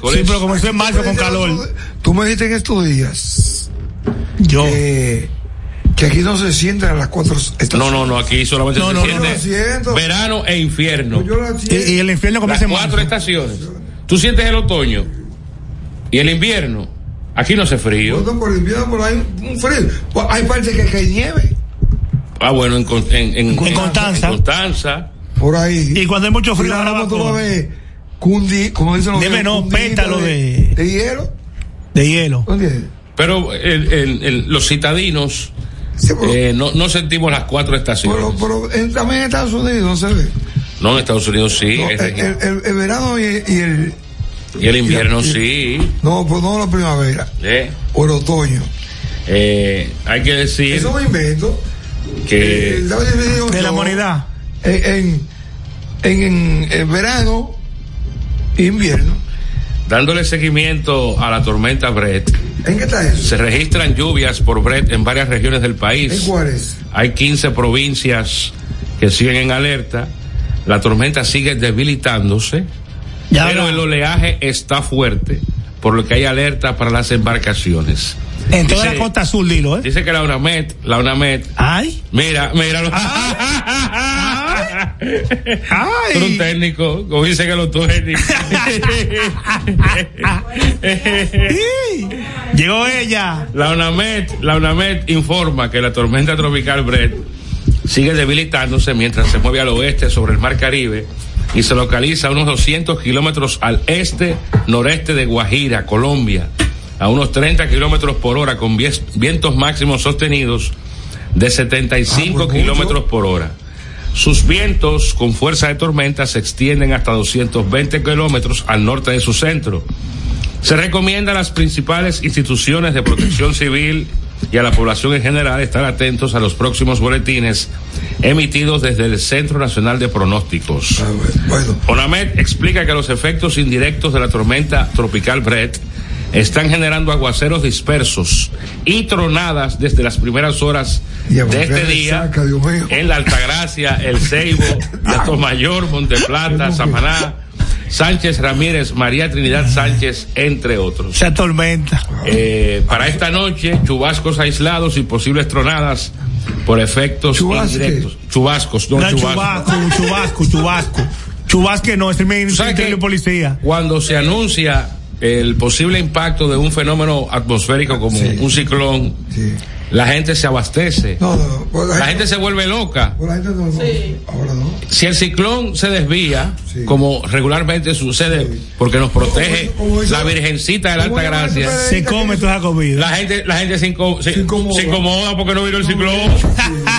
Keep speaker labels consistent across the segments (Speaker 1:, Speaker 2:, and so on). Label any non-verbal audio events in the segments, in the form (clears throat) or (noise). Speaker 1: Por
Speaker 2: sí,
Speaker 1: eso.
Speaker 2: pero comenzó en marzo con
Speaker 3: Tú me dijiste en
Speaker 2: calor.
Speaker 3: estos- Tú me dijiste en estos días
Speaker 2: Yo.
Speaker 3: que, que aquí no se sientan a las cuatro
Speaker 1: No,
Speaker 3: estaciones.
Speaker 1: no, no, aquí solamente
Speaker 2: No,
Speaker 1: se
Speaker 2: no, no,
Speaker 1: siente
Speaker 3: lo siento.
Speaker 1: verano e infierno.
Speaker 3: Pues Yo la
Speaker 2: Y, y
Speaker 3: siento.
Speaker 2: el infierno
Speaker 1: Las
Speaker 2: comienza en
Speaker 1: cuatro
Speaker 2: marzo.
Speaker 1: estaciones. Tú sientes el otoño y el invierno. Aquí no hace frío.
Speaker 3: Bueno, por el invierno, pero hay un frío. Pues Hay partes que cae nieve.
Speaker 1: Ah, bueno, en, Con- en, en-
Speaker 2: En Constanza.
Speaker 1: en Constanza.
Speaker 3: Por ahí.
Speaker 2: Y cuando hay mucho frío,
Speaker 3: ahora
Speaker 2: ahora
Speaker 3: tú
Speaker 2: va
Speaker 3: vas a
Speaker 2: con-
Speaker 3: ver cundi, como dicen los eh,
Speaker 2: Dime,
Speaker 3: viejos,
Speaker 2: no,
Speaker 3: cundita
Speaker 2: pétalo de-
Speaker 3: de hielo.
Speaker 2: de hielo.
Speaker 3: ¿Dónde?
Speaker 1: Pero el- el- el- los citadinos
Speaker 3: Sí, pero,
Speaker 1: eh, no, no sentimos las cuatro estaciones.
Speaker 3: pero- pero en- también en Estados Unidos no se ve.
Speaker 1: no, en Estados Unidos sí.
Speaker 3: No, eh,
Speaker 1: es-
Speaker 3: el, el- el- el verano y, y el.
Speaker 1: y el invierno sí.
Speaker 3: No, pues no la primavera.
Speaker 1: eh.
Speaker 3: O el otoño.
Speaker 1: Eh, hay que decir
Speaker 3: Eso me invento.
Speaker 1: que
Speaker 3: Eh, ¿sabes qué me digo
Speaker 2: De la
Speaker 3: yo?
Speaker 2: humanidad.
Speaker 3: En, en, en, en verano, invierno.
Speaker 1: dándole seguimiento a la tormenta Brett,
Speaker 3: ¿En qué está eso?
Speaker 1: se registran lluvias por Brett en varias regiones del
Speaker 3: ¿En
Speaker 1: país.
Speaker 3: cuál es?
Speaker 1: Hay 15 provincias que siguen en alerta. La tormenta sigue debilitándose,
Speaker 2: Ya
Speaker 1: pero
Speaker 2: habrá-
Speaker 1: el oleaje está fuerte, por lo que hay alerta para las embarcaciones.
Speaker 2: en toda la
Speaker 1: dice-
Speaker 2: costa azul, dilo, ¿eh?
Speaker 1: Dice que la UNAMED, la UNAMED,
Speaker 2: Ay.
Speaker 1: mira, mira, lo- (laughs) Tú eres un
Speaker 2: Ay.
Speaker 1: técnico, como dicen que los técnicos.
Speaker 2: (laughs) Sí. Llegó ella.
Speaker 1: La UNAMED, la UNAMED informa que la tormenta tropical Brett sigue debilitándose mientras se mueve al oeste sobre el mar Caribe y se localiza a unos 200 kilómetros al este noreste de Guajira, Colombia, a unos 30 kilómetros por hora con vies- vientos máximos sostenidos de 75
Speaker 3: Ah, pues mucho.
Speaker 1: kilómetros por hora. Sus vientos con fuerza de tormenta se extienden hasta 220 kilómetros al norte de su centro. Se recomienda a las principales instituciones de protección civil y a la población en general estar atentos a los próximos boletines emitidos desde el Centro Nacional de Pronósticos.
Speaker 3: Ah, bueno, bueno.
Speaker 1: ONAMED explica que los efectos indirectos de la tormenta tropical Brett están generando aguaceros dispersos y tronadas desde las primeras horas
Speaker 3: Y a
Speaker 1: de este
Speaker 3: buscar
Speaker 1: día
Speaker 3: resaca, Dios mío.
Speaker 1: en la Altagracia, El Ceibo,
Speaker 3: (laughs)
Speaker 1: Atomayor, Monteplata, Samaná, Sánchez Ramírez, María Trinidad Sánchez, entre otros.
Speaker 2: Se atormenta.
Speaker 1: Eh, para esta noche, chubascos aislados y posibles tronadas por efectos
Speaker 3: Chubasque.
Speaker 1: indirectos. Chubascos, no,
Speaker 2: No,
Speaker 1: chubascos.
Speaker 2: chubasco, chubasco, chubasco. Chubasque no, es el
Speaker 1: Tú sabes
Speaker 2: ministerio
Speaker 1: que
Speaker 2: de policía.
Speaker 1: Cuando se anuncia el posible impacto de un fenómeno atmosférico como
Speaker 3: Sí.
Speaker 1: un ciclón,
Speaker 3: Sí.
Speaker 1: la gente se abastece.
Speaker 3: No, no, no. Por
Speaker 1: La gente se vuelve loca.
Speaker 3: por la gente no, no. Ahora no.
Speaker 1: Si el ciclón se desvía,
Speaker 3: Sí.
Speaker 1: como regularmente sucede, porque nos protege
Speaker 3: Como- como dice-
Speaker 1: la Virgencita de la
Speaker 3: como
Speaker 1: Alta
Speaker 3: dice
Speaker 1: Gracia,
Speaker 3: Manuel
Speaker 2: Se come toda esa comida.
Speaker 1: la gente, la gente se, inco- se-
Speaker 3: Se incomoda.
Speaker 1: se incomoda porque no vino el ciclón. (laughs)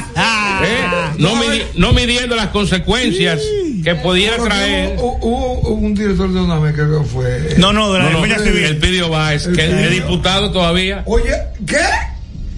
Speaker 1: ¿eh? No, midi- no midiendo las consecuenas que podía
Speaker 3: Pero
Speaker 1: traer.
Speaker 3: Hubo, hubo un director de una que creo que fue. eh,
Speaker 2: No, no, de la
Speaker 1: No, no,
Speaker 2: defensa
Speaker 1: el
Speaker 2: civil.
Speaker 1: Pidio Báez,
Speaker 3: El
Speaker 1: que
Speaker 3: Pidio.
Speaker 1: es diputado todavía,
Speaker 3: Oye, ¿qué?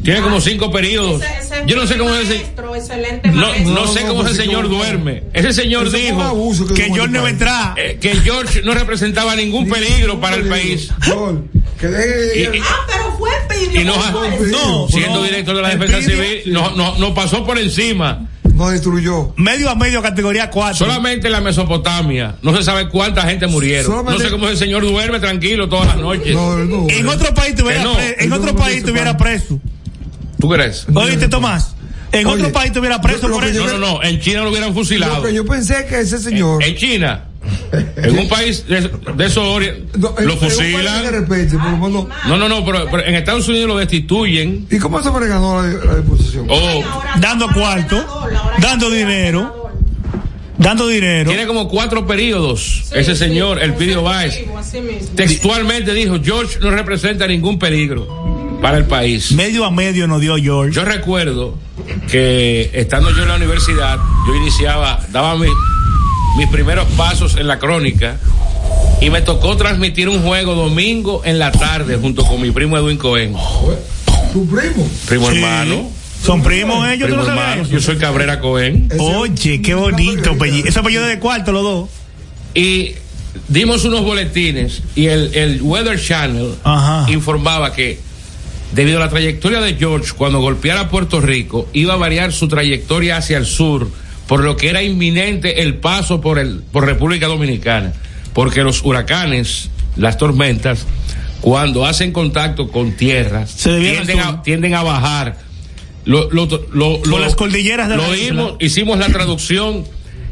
Speaker 1: tiene como cinco periodos.
Speaker 4: Ese- ese
Speaker 1: Yo no sé cómo es el,
Speaker 4: maestro, excelente
Speaker 1: no,
Speaker 4: maestro.
Speaker 1: no sé
Speaker 3: No,
Speaker 1: cómo
Speaker 3: no,
Speaker 5: pues
Speaker 1: ese
Speaker 3: no,
Speaker 1: señor
Speaker 3: no.
Speaker 1: duerme. Ese señor
Speaker 3: Eso fue un
Speaker 1: dijo
Speaker 3: abuso
Speaker 2: Que
Speaker 3: hubo en
Speaker 2: George
Speaker 3: el
Speaker 2: no
Speaker 3: país.
Speaker 2: vendrá.
Speaker 1: eh, que George no representaba ningún peligro para el país.
Speaker 3: George, que deje-
Speaker 1: Y- y-
Speaker 4: Ah, pero fue
Speaker 1: Y
Speaker 4: Pidio.
Speaker 1: no,
Speaker 2: No,
Speaker 1: siendo
Speaker 2: no.
Speaker 1: director de la
Speaker 2: El
Speaker 1: defensa
Speaker 2: Pidio-
Speaker 1: civil, no, no, no pasó por encima.
Speaker 3: no destruyó.
Speaker 2: Medio a medio, categoría 4.
Speaker 1: Solamente en la Mesopotamia. No se sabe cuánta gente murieron. No
Speaker 3: Solamente-
Speaker 1: sé cómo ese señor duerme tranquilo todas las noches.
Speaker 3: No, no.
Speaker 2: En otro país tuviera,
Speaker 1: Que no.
Speaker 2: pre- en
Speaker 3: Yo
Speaker 2: otro
Speaker 3: no
Speaker 2: país
Speaker 3: pienso
Speaker 2: tuviera
Speaker 3: tanto.
Speaker 2: preso.
Speaker 1: ¿Tú crees?
Speaker 2: Oíste, Tomás. En
Speaker 3: Oye,
Speaker 2: otro país tuviera
Speaker 3: yo-
Speaker 2: preso
Speaker 3: lo
Speaker 2: por
Speaker 3: que
Speaker 2: eso.
Speaker 1: No, no, no. En China lo hubieran
Speaker 3: Lo
Speaker 1: fusilado.
Speaker 3: que yo pensé que ese señor.
Speaker 1: En China. En un país de, de esos ori-
Speaker 3: No, en- en
Speaker 1: lo
Speaker 3: un país De
Speaker 1: fusilan.
Speaker 3: repente, por lo menos-
Speaker 1: No, no, no, pero, pero en Estados Unidos lo destituyen. Oh.
Speaker 3: ¿Y cómo se ganó la, la disposición?
Speaker 1: O
Speaker 2: Dando cuarto, dando dinero, dando dinero.
Speaker 1: tiene como cuatro periodos ese señor, el Pidio Báez. Textualmente dijo, George no representa ningún peligro para el país.
Speaker 2: Medio a medio nos dio George.
Speaker 1: Yo recuerdo que estando yo en la universidad, yo iniciaba, daba mi- mis primeros pasos en la crónica y me tocó transmitir un juego domingo en la tarde junto con mi primo Edwin Cohen,
Speaker 3: Tu primo.
Speaker 1: primo
Speaker 2: Sí.
Speaker 1: hermano.
Speaker 2: Son primos ellos, tú
Speaker 1: Primo
Speaker 2: no sabías
Speaker 1: hermano,
Speaker 2: eso.
Speaker 1: yo soy Cabrera Cohen.
Speaker 3: Ese-
Speaker 2: Oye, qué bonito apellido. Ese apellido de cuarto, los dos.
Speaker 1: Y dimos unos boletines y el, el Weather Channel
Speaker 2: Ajá.
Speaker 1: informaba que debido a la trayectoria de George cuando golpeara Puerto Rico, iba a variar su trayectoria hacia el sur, por lo que era inminente el paso por, el, por República Dominicana, porque los huracanes las tormentas, cuando hacen contacto con tierra,
Speaker 2: Se desvían
Speaker 1: tienden
Speaker 2: al sur.
Speaker 1: a, tienden a bajar. Lo, lo- lo- lo-
Speaker 2: las cordilleras de
Speaker 1: lo
Speaker 2: la isla.
Speaker 1: hicimos, hicimos la traducción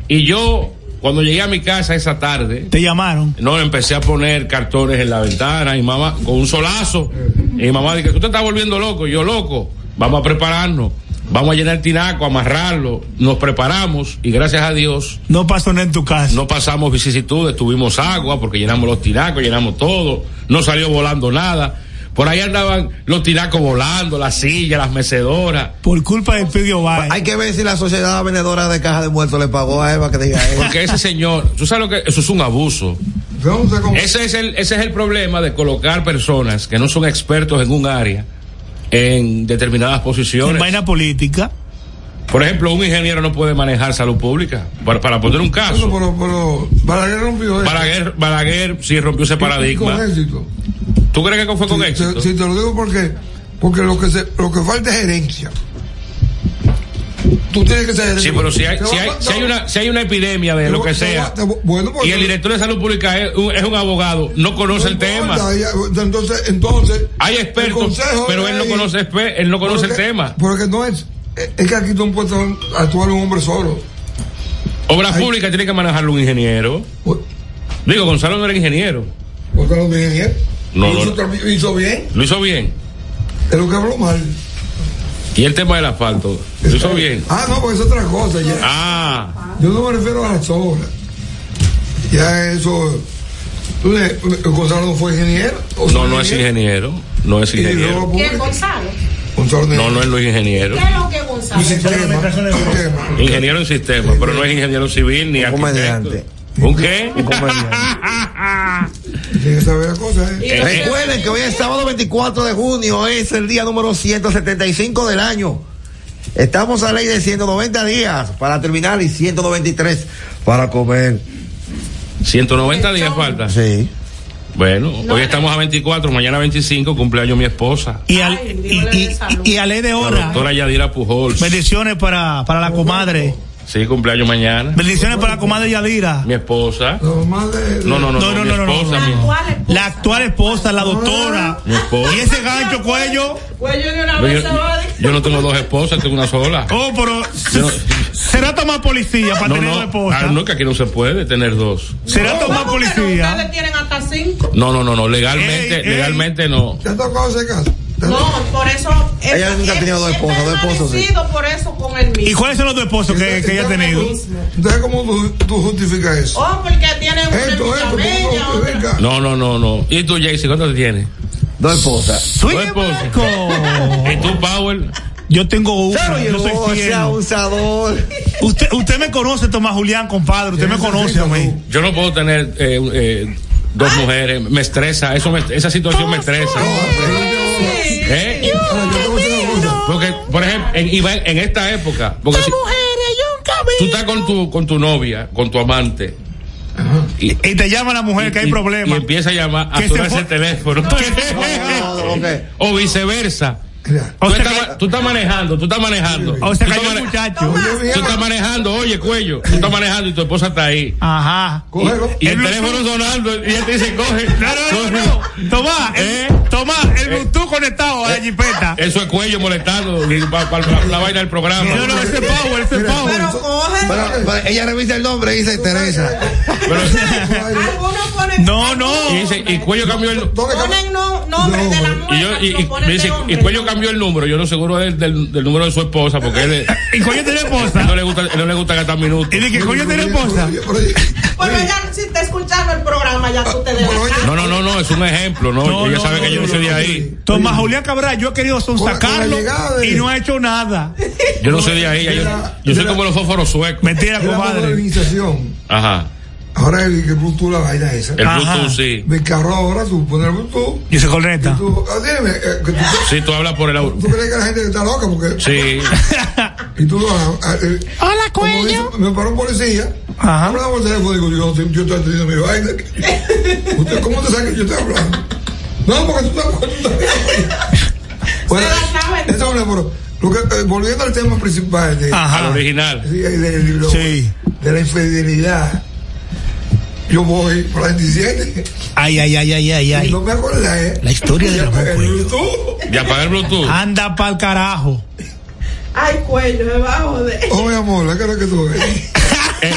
Speaker 1: y yo, cuando llegué a mi casa esa tarde,
Speaker 2: Te llamaron.
Speaker 1: no, empecé a poner cartones en la ventana y mamá, con un solazo. Y mamá dice, tú te estás volviendo loco. Y yo, loco, vamos a prepararnos. Vamos a llenar el tinaco, amarrarlo. Nos preparamos y gracias a Dios
Speaker 2: No pasó nada en tu casa.
Speaker 1: no pasamos vicisitudes. Tuvimos agua porque llenamos los tinacos, llenamos todo. No salió volando nada. Por ahí andaban los tinacos volando, las sillas, las mecedoras.
Speaker 2: Por culpa de Pidio Valle.
Speaker 4: Hay que ver si la sociedad venedora de caja de muertos le pagó a Eva que diga eso.
Speaker 1: Porque ese señor, tú sabes lo que, eso es un abuso.
Speaker 3: Yo no sé cómo-
Speaker 1: Ese es el, ese es el problema de colocar personas que no son expertos en un área en determinadas
Speaker 2: En
Speaker 1: posiciones.
Speaker 2: vaina política.
Speaker 1: Por ejemplo, un ingeniero no puede manejar salud pública. Para, para poner un
Speaker 3: Bueno,
Speaker 1: caso,
Speaker 3: pero, pero Balaguer rompió eso.
Speaker 1: Balaguer, Balaguer sí rompió ese
Speaker 3: Con
Speaker 1: paradigma.
Speaker 3: éxito.
Speaker 1: ¿Tú crees que fue con
Speaker 3: Si-
Speaker 1: éxito?
Speaker 3: Si, si te lo digo porque, porque lo que se, lo que falta es gerencia. Tú tienes que ser gerente.
Speaker 1: Sí, pero si hay,
Speaker 3: Te
Speaker 1: si
Speaker 3: va-
Speaker 1: hay,
Speaker 3: no,
Speaker 1: si hay una, si hay una epidemia de
Speaker 3: te
Speaker 1: lo
Speaker 3: va-
Speaker 1: que
Speaker 3: te
Speaker 1: sea,
Speaker 3: va- te va- bueno, pues,
Speaker 1: y el director de salud pública es un, es un abogado, no
Speaker 3: no
Speaker 1: conoce el tema.
Speaker 3: importa, ella- Entonces, entonces.
Speaker 1: Hay
Speaker 3: el
Speaker 1: expertos,
Speaker 3: consejo
Speaker 1: pero él no
Speaker 3: es-
Speaker 1: conoce, espe- él no conoce el
Speaker 3: porque-
Speaker 1: tema.
Speaker 3: Porque no es. Es que aquí tú no puedes actuar un hombre solo.
Speaker 1: Obra
Speaker 3: hay-
Speaker 1: pública tiene que manejarlo un ingeniero.
Speaker 3: Porque
Speaker 1: Digo, Gonzalo no era ingeniero.
Speaker 3: lo dije
Speaker 1: No, no,
Speaker 3: hizo,
Speaker 1: no.
Speaker 3: tra- hizo bien,
Speaker 1: Lo hizo bien.
Speaker 3: es lo que habló mal.
Speaker 1: Y el tema del asfalto, lo hizo bien.
Speaker 3: Ah, no, porque es otra cosa ya.
Speaker 1: Ah,
Speaker 3: Yo no me refiero a las obras. Ya eso. Entonces, Gonzalo no fue ingeniero. ¿O
Speaker 1: no,
Speaker 3: fue
Speaker 1: no es ingeniero, no es
Speaker 3: Y luego
Speaker 1: ingeniero.
Speaker 6: ¿Qué,
Speaker 3: público.
Speaker 6: Gonzalo?
Speaker 3: Gonzalo
Speaker 1: No, no es lo
Speaker 6: ¿Qué
Speaker 1: ingeniero.
Speaker 6: es lo que es Gonzalo?
Speaker 3: Un sistema. un sistema.
Speaker 1: Ingeniero en sistema, pero no es ingeniero civil ni
Speaker 4: Un
Speaker 1: arquitecto.
Speaker 4: comediante.
Speaker 1: ¿Un qué?
Speaker 3: Tiene que saber las cosas. ¿eh?
Speaker 1: Eh, eh,
Speaker 4: Recuerden que hoy es sábado 24 de junio, es el día número 175 del año. Estamos a ley de 190 días para terminar y 193 para comer.
Speaker 1: 190 días falta.
Speaker 4: Sí.
Speaker 1: Bueno,
Speaker 6: No,
Speaker 1: hoy
Speaker 6: no.
Speaker 1: estamos a 24, mañana 25, cumpleaños mi esposa,
Speaker 2: Y al,
Speaker 6: Ay,
Speaker 2: y,
Speaker 6: Dios le dé
Speaker 2: y-
Speaker 6: salud.
Speaker 2: y- y a ley de
Speaker 1: la
Speaker 2: hora.
Speaker 1: doctora Yadira Pujols.
Speaker 2: Bendiciones para, para la comadre.
Speaker 1: Sí, cumpleaños mañana.
Speaker 2: Bendiciones para la comadre Yadira.
Speaker 1: Mi esposa.
Speaker 3: Lo más de. de-
Speaker 1: No, no, no,
Speaker 2: No,
Speaker 1: no,
Speaker 2: no,
Speaker 1: mi
Speaker 2: no, no, no.
Speaker 1: esposa.
Speaker 6: La
Speaker 1: mi-
Speaker 6: actual esposa.
Speaker 2: La actual esposa, la doctora.
Speaker 1: Mi esposa.
Speaker 2: Y ese gancho cuello.
Speaker 6: Cuello Pues de una
Speaker 1: Yo,
Speaker 6: vez ahora.
Speaker 1: yo no tengo dos esposas, tengo una sola.
Speaker 2: Oh, pero.
Speaker 1: Yo-
Speaker 2: Será tomar policía para
Speaker 1: No,
Speaker 2: tener una
Speaker 1: no,
Speaker 2: esposa.
Speaker 1: ah, no, que aquí no se puede tener dos.
Speaker 2: Será tomar
Speaker 6: ¿Cómo que no?
Speaker 2: policía.
Speaker 6: Ustedes tienen hasta cinco.
Speaker 1: No, no, no, no, legalmente,
Speaker 2: Ey, ey.
Speaker 1: legalmente no.
Speaker 3: ¿Te ha tocado ese caso? ¿Te ha
Speaker 6: No,
Speaker 3: tocado?
Speaker 6: por eso.
Speaker 4: Ella nunca ha tenido dos esposas, dos esposos, sí.
Speaker 6: He permanecido por eso con el
Speaker 2: ¿Y
Speaker 6: mismo.
Speaker 2: cuáles son los dos esposos que, que ella ha tenido?
Speaker 3: Entonces, ¿cómo tú, tú justificas eso?
Speaker 6: Oh, porque tienen una en
Speaker 3: Esto, esto, ¿cómo
Speaker 6: Villamella,
Speaker 3: tú
Speaker 6: otra-
Speaker 3: justificas?
Speaker 1: No, no, no, no. ¿Y tú, Jaycee, cuánto tienes?
Speaker 4: Dos esposas.
Speaker 2: Soy
Speaker 1: Dos esposas.
Speaker 2: blanco.
Speaker 1: (laughs) ¿Y tú, Powell?
Speaker 2: Yo tengo una, yo
Speaker 4: o
Speaker 2: soy
Speaker 4: sea,
Speaker 2: fiel.
Speaker 4: abusador.
Speaker 2: Usted, usted me conoce, Tomás Julián, compadre. Usted me
Speaker 3: Ese
Speaker 2: conoce
Speaker 3: sí,
Speaker 2: a mí.
Speaker 1: Yo no puedo tener eh, eh, dos mujeres. Me estresa, eso me- esa situación me estresa.
Speaker 6: Sí.
Speaker 1: ¿Eh?
Speaker 3: Ahora, yo te voy a decir una cosa.
Speaker 1: Porque, por ejemplo, en, y va en- en esta época, porque si tú estás con tu, con tu novia, con tu amante, y,
Speaker 2: Y te llama la mujer que hay
Speaker 1: y-
Speaker 2: problema.
Speaker 1: y empieza a llamar a
Speaker 2: Que se
Speaker 1: sonar
Speaker 2: fue- (laughs)
Speaker 1: ese teléfono. (laughs)
Speaker 4: No, no, ok.
Speaker 1: o viceversa.
Speaker 3: Mira,
Speaker 2: O
Speaker 1: tú,
Speaker 2: sea
Speaker 1: estás,
Speaker 2: que-
Speaker 1: tú estás manejando, tú estás manejando.
Speaker 2: O sea,
Speaker 1: tú,
Speaker 2: cayó
Speaker 1: estás
Speaker 2: el
Speaker 1: mane-
Speaker 2: muchacho.
Speaker 3: Oye,
Speaker 1: tú estás
Speaker 3: bien,
Speaker 1: manejando, oye, cuello, tú estás manejando y tu esposa está ahí.
Speaker 2: Ajá.
Speaker 3: cógelo.
Speaker 1: Ah, Y el
Speaker 2: El
Speaker 1: teléfono sonando y él te dice, coge.
Speaker 2: (laughs) No, no,
Speaker 1: coge.
Speaker 2: no, no. Tomás,
Speaker 1: ¿Eh?
Speaker 2: el, Tomás, el Bluetooth conectado a la jipeta.
Speaker 1: Eso es cuello molestando para la vaina del programa.
Speaker 2: No, no, ese es Power, ese es
Speaker 3: Mira,
Speaker 2: Power.
Speaker 6: Pero coge.
Speaker 4: Pero, pero ella revisa el nombre y dice Teresa.
Speaker 1: Pero-
Speaker 6: Algunos ponen.
Speaker 2: (laughs) No, no.
Speaker 1: y, dice, y cuello cambió el,
Speaker 3: ¿Dónde cam-
Speaker 6: Ponen no, nombres de la
Speaker 3: No.
Speaker 1: Y,
Speaker 6: mujer.
Speaker 1: yo, y,
Speaker 6: lo
Speaker 1: y-
Speaker 6: ponen
Speaker 1: me
Speaker 6: de
Speaker 1: dice,
Speaker 6: hombre.
Speaker 1: y Cuello cambió el número, yo no seguro del, del, del número de su esposa, porque él, él
Speaker 2: (laughs) ¿Y coño tiene
Speaker 1: no
Speaker 2: esposa?
Speaker 1: le gusta, él no le gusta gastar minutos.
Speaker 2: ¿Y de qué coño tiene esposa?
Speaker 3: Oye, Ah, pero-
Speaker 6: Bueno, ella si está escuchando el programa, ya tú te das.
Speaker 3: Pero oye,
Speaker 1: No, no, no, no, es un ejemplo, no,
Speaker 2: No,
Speaker 1: ella
Speaker 2: no,
Speaker 1: sabe
Speaker 2: no,
Speaker 1: que yo no
Speaker 2: no,
Speaker 1: soy de
Speaker 2: no,
Speaker 1: ahí.
Speaker 2: Tomás Julián Cabral, yo he querido
Speaker 3: Con
Speaker 2: sonsacarlo
Speaker 3: la llegada de-
Speaker 2: y no ha hecho nada.
Speaker 1: Yo no soy de ahí, ella-
Speaker 3: Mira,
Speaker 1: yo, soy
Speaker 3: mira.
Speaker 1: como los fósforos suecos.
Speaker 2: Mentira,
Speaker 3: es la
Speaker 2: compadre.
Speaker 3: modernización.
Speaker 1: Ajá,
Speaker 3: Ahora el que Bluetooth la vaina esa.
Speaker 1: el
Speaker 2: Ajá.
Speaker 1: Bluetooth sí.
Speaker 3: Mi carro ahora tú pones el Bluetooth.
Speaker 2: Y se corneta.
Speaker 3: Tú, ah, dime, eh, que tú,
Speaker 1: Sí, tú hablas por el aur-
Speaker 3: tú crees que la gente está loca porque.
Speaker 1: Sí,
Speaker 3: (laughs) Y tú lo ah, eh,
Speaker 2: Hola,
Speaker 3: como dice, me paró un policía.
Speaker 2: Ajá.
Speaker 3: Hablaba por teléfono y digo, yo, no, yo estoy atendiendo mi vaina. ¿Usted cómo te sabe que (laughs) yo estoy hablando? No, porque tú estás. tú estás- Bueno,
Speaker 6: Se la saben.
Speaker 3: eso es una- pero lo que, eh, volviendo al tema principal de,
Speaker 2: Ajá.
Speaker 1: al original.
Speaker 3: Sí, del libro,
Speaker 2: Sí.
Speaker 3: de la infidelidad. Yo voy por la 27
Speaker 7: Ay, ay, ay, ay, ay,
Speaker 3: y
Speaker 7: ay.
Speaker 3: no me acordé.
Speaker 7: La historia de
Speaker 3: Ya
Speaker 7: Ramón
Speaker 3: pagué el
Speaker 7: Cuello.
Speaker 3: Bluetooth.
Speaker 1: Y apagar el Bluetooth.
Speaker 7: Anda pa'l carajo.
Speaker 5: Ay, cuello, me va a joder.
Speaker 3: Oh, mi amor, la cara que tú
Speaker 1: (laughs)
Speaker 3: ves.
Speaker 1: Eh,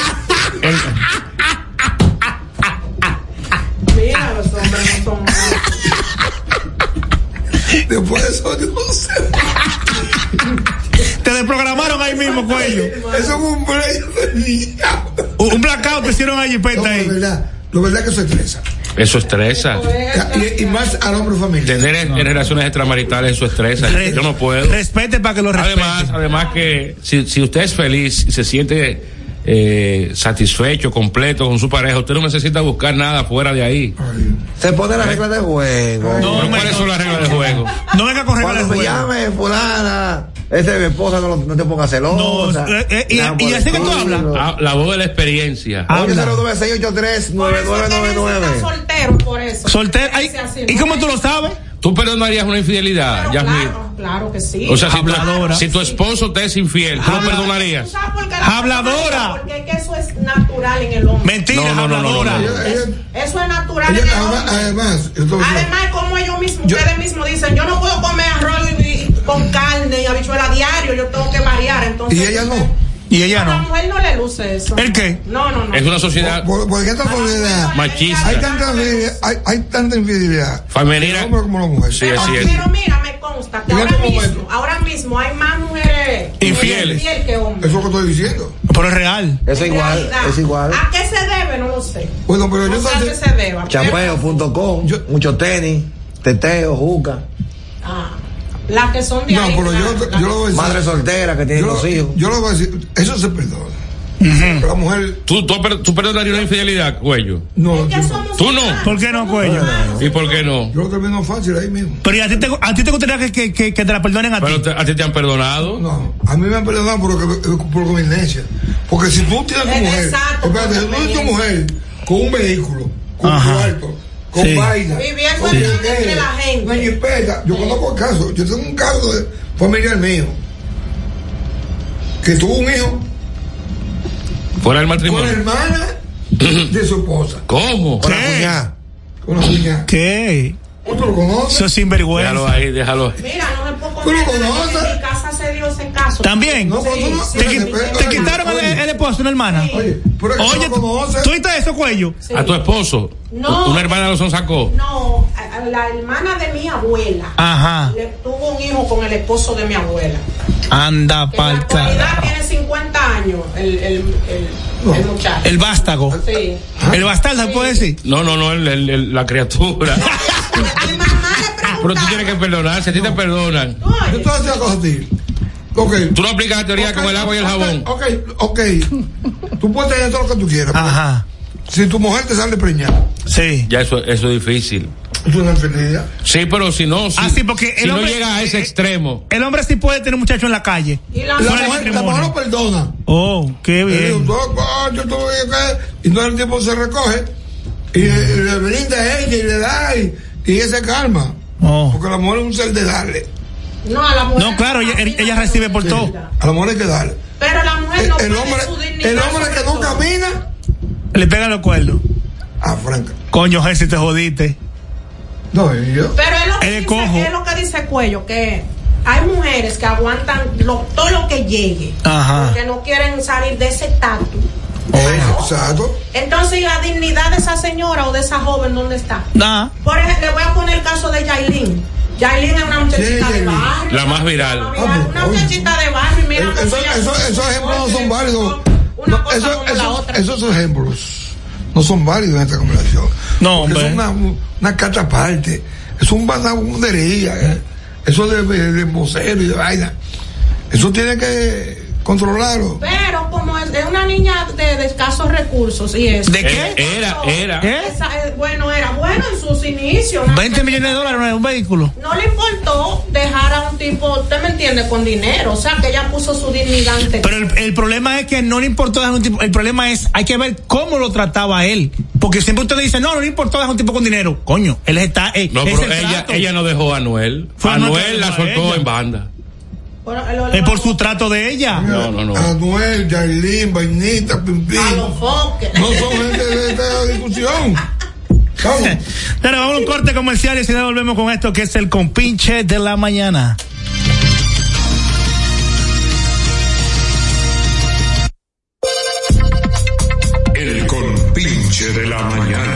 Speaker 5: Mira, los hombres no son
Speaker 3: Ah.
Speaker 5: malos.
Speaker 3: Después de eso, yo no sé.
Speaker 8: Te desprogramaron ahí mismo, cuello.
Speaker 3: Eso es un break de diablo.
Speaker 8: Un un blackout te hicieron allí,
Speaker 3: No,
Speaker 8: peta
Speaker 3: de
Speaker 8: ahí.
Speaker 3: verdad, lo verdad que eso estresa.
Speaker 1: Eso estresa.
Speaker 3: Y, y más al hombre familiar.
Speaker 1: Tener relaciones extramaritales, eso estresa.
Speaker 7: Re-
Speaker 1: Yo no puedo.
Speaker 7: Respete para que lo respete.
Speaker 1: Además, además que si, si usted es feliz y se siente eh, satisfecho, completo con su pareja, usted no necesita buscar nada fuera de ahí.
Speaker 4: Se pone la regla de juego.
Speaker 1: Pero
Speaker 8: hombre,
Speaker 1: ¿Cuáles
Speaker 8: no.
Speaker 1: son las reglas del juego?
Speaker 8: No venga con reglas de
Speaker 4: Cuando me
Speaker 8: juego.
Speaker 4: llame fulana, esa es mi esposa, no, lo- no te pongas celosa.
Speaker 8: No, eh, eh, y-
Speaker 4: nada
Speaker 8: y
Speaker 4: por
Speaker 8: así
Speaker 4: el
Speaker 8: que tú
Speaker 4: estilo.
Speaker 8: hablas.
Speaker 1: Ah, La voz de la experiencia.
Speaker 7: Ah. habla.
Speaker 4: 809-683-9999.
Speaker 5: Por eso es que necesitan solteros, por eso.
Speaker 7: Soltero. ay,
Speaker 5: Dice así,
Speaker 7: ¿Y
Speaker 5: ¿no?
Speaker 7: cómo tú lo sabes?
Speaker 1: ¿Tú perdonarías una infidelidad,
Speaker 5: Claro,
Speaker 1: Yasmín?
Speaker 5: claro, claro que sí.
Speaker 1: O sea, si,
Speaker 7: Habladora.
Speaker 1: si tu esposo te es infiel, ¿tú lo
Speaker 7: Habla-
Speaker 1: perdonarías?
Speaker 7: Habladora.
Speaker 5: Porque es que eso es natural en el hombre.
Speaker 7: Mentira,
Speaker 1: No, no, no, no,
Speaker 7: habladora.
Speaker 1: no, no,
Speaker 3: Ella- ella-
Speaker 5: Eso es natural
Speaker 3: ella-
Speaker 5: en el
Speaker 3: además,
Speaker 5: hombre.
Speaker 3: además, yo te voy a decir-
Speaker 5: Además, como ellos mismos, ustedes mismos dicen, yo no puedo comer arroz y- y- con carne y habichuela diario, yo tengo que variar. Entonces,
Speaker 3: y ella no.
Speaker 7: Y ella
Speaker 5: A la
Speaker 7: no.
Speaker 5: mujer no le luce eso.
Speaker 7: ¿El qué?
Speaker 5: No, no, no.
Speaker 1: Es una sociedad
Speaker 3: ¿Por, por qué esta soledad?
Speaker 1: Machista.
Speaker 3: Hay tanta, infidelidad- hay, hay tanta infidelidad.
Speaker 1: femenina.
Speaker 3: Hombre como la mujer.
Speaker 1: Sí, así es.
Speaker 5: Pero mira, me consta que
Speaker 3: Mira
Speaker 5: ahora
Speaker 3: cómo
Speaker 5: mismo, ahora mismo hay más mujeres
Speaker 1: Infieles.
Speaker 5: infieles que hombres.
Speaker 3: Eso es lo que estoy diciendo.
Speaker 7: Pero es real.
Speaker 4: Eso es
Speaker 5: En
Speaker 4: igual,
Speaker 5: realidad.
Speaker 4: es igual.
Speaker 5: ¿A qué se debe? No lo sé.
Speaker 3: Bueno, pero yo
Speaker 5: no sé a
Speaker 3: también-
Speaker 5: qué se deba.
Speaker 4: Chapeo.com,
Speaker 3: Yo-
Speaker 4: mucho tenis, teteo, juca,
Speaker 5: Ah, las que son de
Speaker 3: No,
Speaker 5: ahí,
Speaker 3: pero yo,
Speaker 5: claro,
Speaker 3: yo lo voy a decir.
Speaker 4: madre soltera que tiene
Speaker 3: yo,
Speaker 4: dos hijos.
Speaker 3: lo- yo lo voy a decir. Eso se perdona. Pero La mujer.
Speaker 1: ¿Tú, tú, per- tú perdonarías una infidelidad, cuello?
Speaker 3: No,
Speaker 5: Es
Speaker 3: yo,
Speaker 5: que somos
Speaker 1: Tú no.
Speaker 5: humanos,
Speaker 7: ¿Por qué no,
Speaker 5: somos
Speaker 7: cuello?
Speaker 5: humanos.
Speaker 1: ¿Y por qué no?
Speaker 3: yo lo termino fácil ahí mismo.
Speaker 7: Pero ¿y a ti te, a ti te gustaría que, que, que- que te la perdonen a ti?
Speaker 1: ¿Pero te- a ti te han perdonado?
Speaker 3: No, a mí me han perdonado por, lo que- por conveniencia. Porque si tú tienes tu
Speaker 5: Es
Speaker 3: mujer,
Speaker 5: exacto,
Speaker 3: espérate,
Speaker 5: por
Speaker 3: si tú tienes tu
Speaker 5: conveniencia.
Speaker 3: mujer con un vehículo, con
Speaker 7: Ajá.
Speaker 3: un cuarto, con
Speaker 7: Sí.
Speaker 3: vaina,
Speaker 5: Viviendo
Speaker 3: con
Speaker 5: en
Speaker 3: dinero,
Speaker 5: entre la gente.
Speaker 3: una jipeta. Yo conozco el caso, yo tengo un caso de familiar mío que tuvo un hijo
Speaker 1: Fuera del
Speaker 3: con la
Speaker 1: matrimonio.
Speaker 3: hermana de su esposa,
Speaker 1: (clears throat) ¿Cómo?
Speaker 3: con la cuñada, con la cuñada.
Speaker 7: ¿Qué?
Speaker 3: ¿Otro lo conoce?
Speaker 7: Eso es
Speaker 1: Déjalo
Speaker 7: sinvergüenza.
Speaker 1: ahí, déjalo ahí.
Speaker 5: Mira, no me puedo
Speaker 3: Tú lo
Speaker 5: contar en
Speaker 3: conoces.
Speaker 5: mi casa se dio ese caso.
Speaker 7: También.
Speaker 3: No, pero tú no-
Speaker 7: ¿Te, qui-
Speaker 3: Oye,
Speaker 7: te quitaron el,
Speaker 3: oye.
Speaker 7: el esposo, una hermana?
Speaker 3: Oye, pero es que
Speaker 7: Oye,
Speaker 3: no lo conoce.
Speaker 7: ¿tú viste eso, cuello?
Speaker 5: Sí.
Speaker 1: ¿A tu esposo?
Speaker 5: No.
Speaker 1: ¿Una hermana lo son sacó?
Speaker 5: No, a- a la hermana de mi abuela
Speaker 7: Ajá.
Speaker 5: le tuvo un hijo con el esposo de mi abuela.
Speaker 7: Anda
Speaker 5: Que en la
Speaker 7: pa'l
Speaker 5: actualidad
Speaker 7: carajo.
Speaker 5: tiene 50 años el, el, el, el muchacho.
Speaker 7: El vástago.
Speaker 5: sí.
Speaker 7: El bastardo, ¿se puede decir?
Speaker 1: No, no, no, el- el- el- la
Speaker 5: (laughs)
Speaker 1: criatura.
Speaker 5: Mi mamá le preguntaba.
Speaker 1: Pero tú tienes que perdonar, si a ti te perdonan.
Speaker 5: Oye,
Speaker 3: Yo te voy a decir una cosa a ti. Ok,
Speaker 1: Tú no aplicas la teoría con el agua y el jabón.
Speaker 3: Ok, ok. Tú puedes tener todo lo que tú quieras. pero
Speaker 7: Ajá.
Speaker 3: Si tu mujer te sale preñada,
Speaker 7: Sí.
Speaker 1: Ya eso, eso es difícil.
Speaker 3: es una enfermedad.
Speaker 1: Sí, pero si no, si,
Speaker 7: Ah, sí, porque el
Speaker 1: si no
Speaker 7: hombre-
Speaker 1: llega a ese
Speaker 7: eh,
Speaker 1: extremo.
Speaker 7: El hombre sí puede tener un muchacho en la calle.
Speaker 5: y la
Speaker 3: La
Speaker 7: del
Speaker 3: mujer, la
Speaker 7: matrimonio.
Speaker 3: mujer lo perdona.
Speaker 7: Oh, qué
Speaker 3: Le digo,
Speaker 7: bien.
Speaker 3: "No, pa, yo tuve que-". Y todo el tiempo se recoge y le, le brinda a ella y le da y, y ella se calma.
Speaker 7: Oh.
Speaker 3: Porque la mujer es un ser de darle.
Speaker 5: No, a la mujer.
Speaker 7: No, claro, ella-
Speaker 5: Así no
Speaker 7: ella
Speaker 5: se
Speaker 7: recibe
Speaker 5: le
Speaker 7: por
Speaker 5: olvida.
Speaker 7: todo.
Speaker 3: A la mujer hay que darle.
Speaker 5: Pero la mujer
Speaker 3: El,
Speaker 5: no
Speaker 3: el
Speaker 5: pierde
Speaker 3: hombre,
Speaker 5: su dignidad.
Speaker 3: el hombre
Speaker 5: sobre
Speaker 3: que no
Speaker 5: todo.
Speaker 3: camina,
Speaker 7: Le pegan los cuernos.
Speaker 3: a Franca.
Speaker 7: Coño, Jesse, te jodiste.
Speaker 3: Ah, No, y yo.
Speaker 5: Pero es lo, que
Speaker 7: Él
Speaker 3: Eh,
Speaker 7: es
Speaker 5: dice,
Speaker 7: cojo.
Speaker 5: es lo que dice Cuello, que hay mujeres que aguantan lo- todo lo que llegue.
Speaker 7: Ajá.
Speaker 5: Porque no quieren salir de ese tatu.
Speaker 3: Oh, exacto.
Speaker 5: Entonces, ¿y la dignidad de esa señora o de esa joven dónde está?
Speaker 7: Nah.
Speaker 5: Por ejemplo, le voy a poner el caso de Yailin. Yailin es una muchachita
Speaker 3: Sí,
Speaker 5: de
Speaker 3: Yailin.
Speaker 5: barrio.
Speaker 1: La más viral.
Speaker 5: Una, muchachita- una
Speaker 3: Ah, pues,
Speaker 5: muchachita de barrio. y Mira
Speaker 3: Eso-
Speaker 5: cómo
Speaker 3: Eh, eso-
Speaker 5: ella
Speaker 3: eso-
Speaker 5: se
Speaker 3: Esos ejemplos no son válidos.
Speaker 5: Una
Speaker 3: No,
Speaker 5: cosa
Speaker 3: eso-
Speaker 5: como la
Speaker 3: eso-
Speaker 5: otra.
Speaker 3: Esos ejemplos no son válidos en esta conversación.
Speaker 7: No,
Speaker 3: Porque
Speaker 7: hombre.
Speaker 3: Es una, una carta aparte. Es un vagabundería. ¿eh? Eso de, de, de vocero y de vaina. Eso tiene que controlarlo.
Speaker 5: Pero como es, es una niña de, de escasos recursos y eso.
Speaker 7: ¿De
Speaker 1: Eh,
Speaker 7: qué?
Speaker 1: Era, era.
Speaker 7: ¿Qué?
Speaker 5: Esa, eh, bueno, era bueno en sus inicios. ¿no?
Speaker 7: 20 millones de dólares en un vehículo.
Speaker 5: No le importó dejar a un tipo, usted me entiende, con dinero. O sea, que ella puso su dignidad ante
Speaker 7: Pero el, el problema es que no le importó dejar un tipo. El problema es, hay que ver cómo lo trataba él. Porque siempre usted dice, no, no le importó dejar un tipo con dinero. Coño, él está. eh,
Speaker 1: No,
Speaker 7: es
Speaker 1: pero
Speaker 7: el
Speaker 1: ella,
Speaker 7: trato.
Speaker 1: ella no dejó a Anuel.
Speaker 7: Fue Anuel que
Speaker 1: Anuel la
Speaker 7: dejó a
Speaker 1: soltó
Speaker 7: ella.
Speaker 1: en banda.
Speaker 6: Bueno, el olor
Speaker 7: Es por su trato de ella.
Speaker 1: No, no, no.
Speaker 3: Ah, Anuel, Yailin, Vainita, Pimpín.
Speaker 6: a los foques.
Speaker 3: No son gente de esta
Speaker 7: (laughs)
Speaker 3: discusión. Vamos.
Speaker 7: Pero vamos a un corte comercial y si no volvemos con esto que es el compinche de la mañana.
Speaker 9: El compinche de la mañana.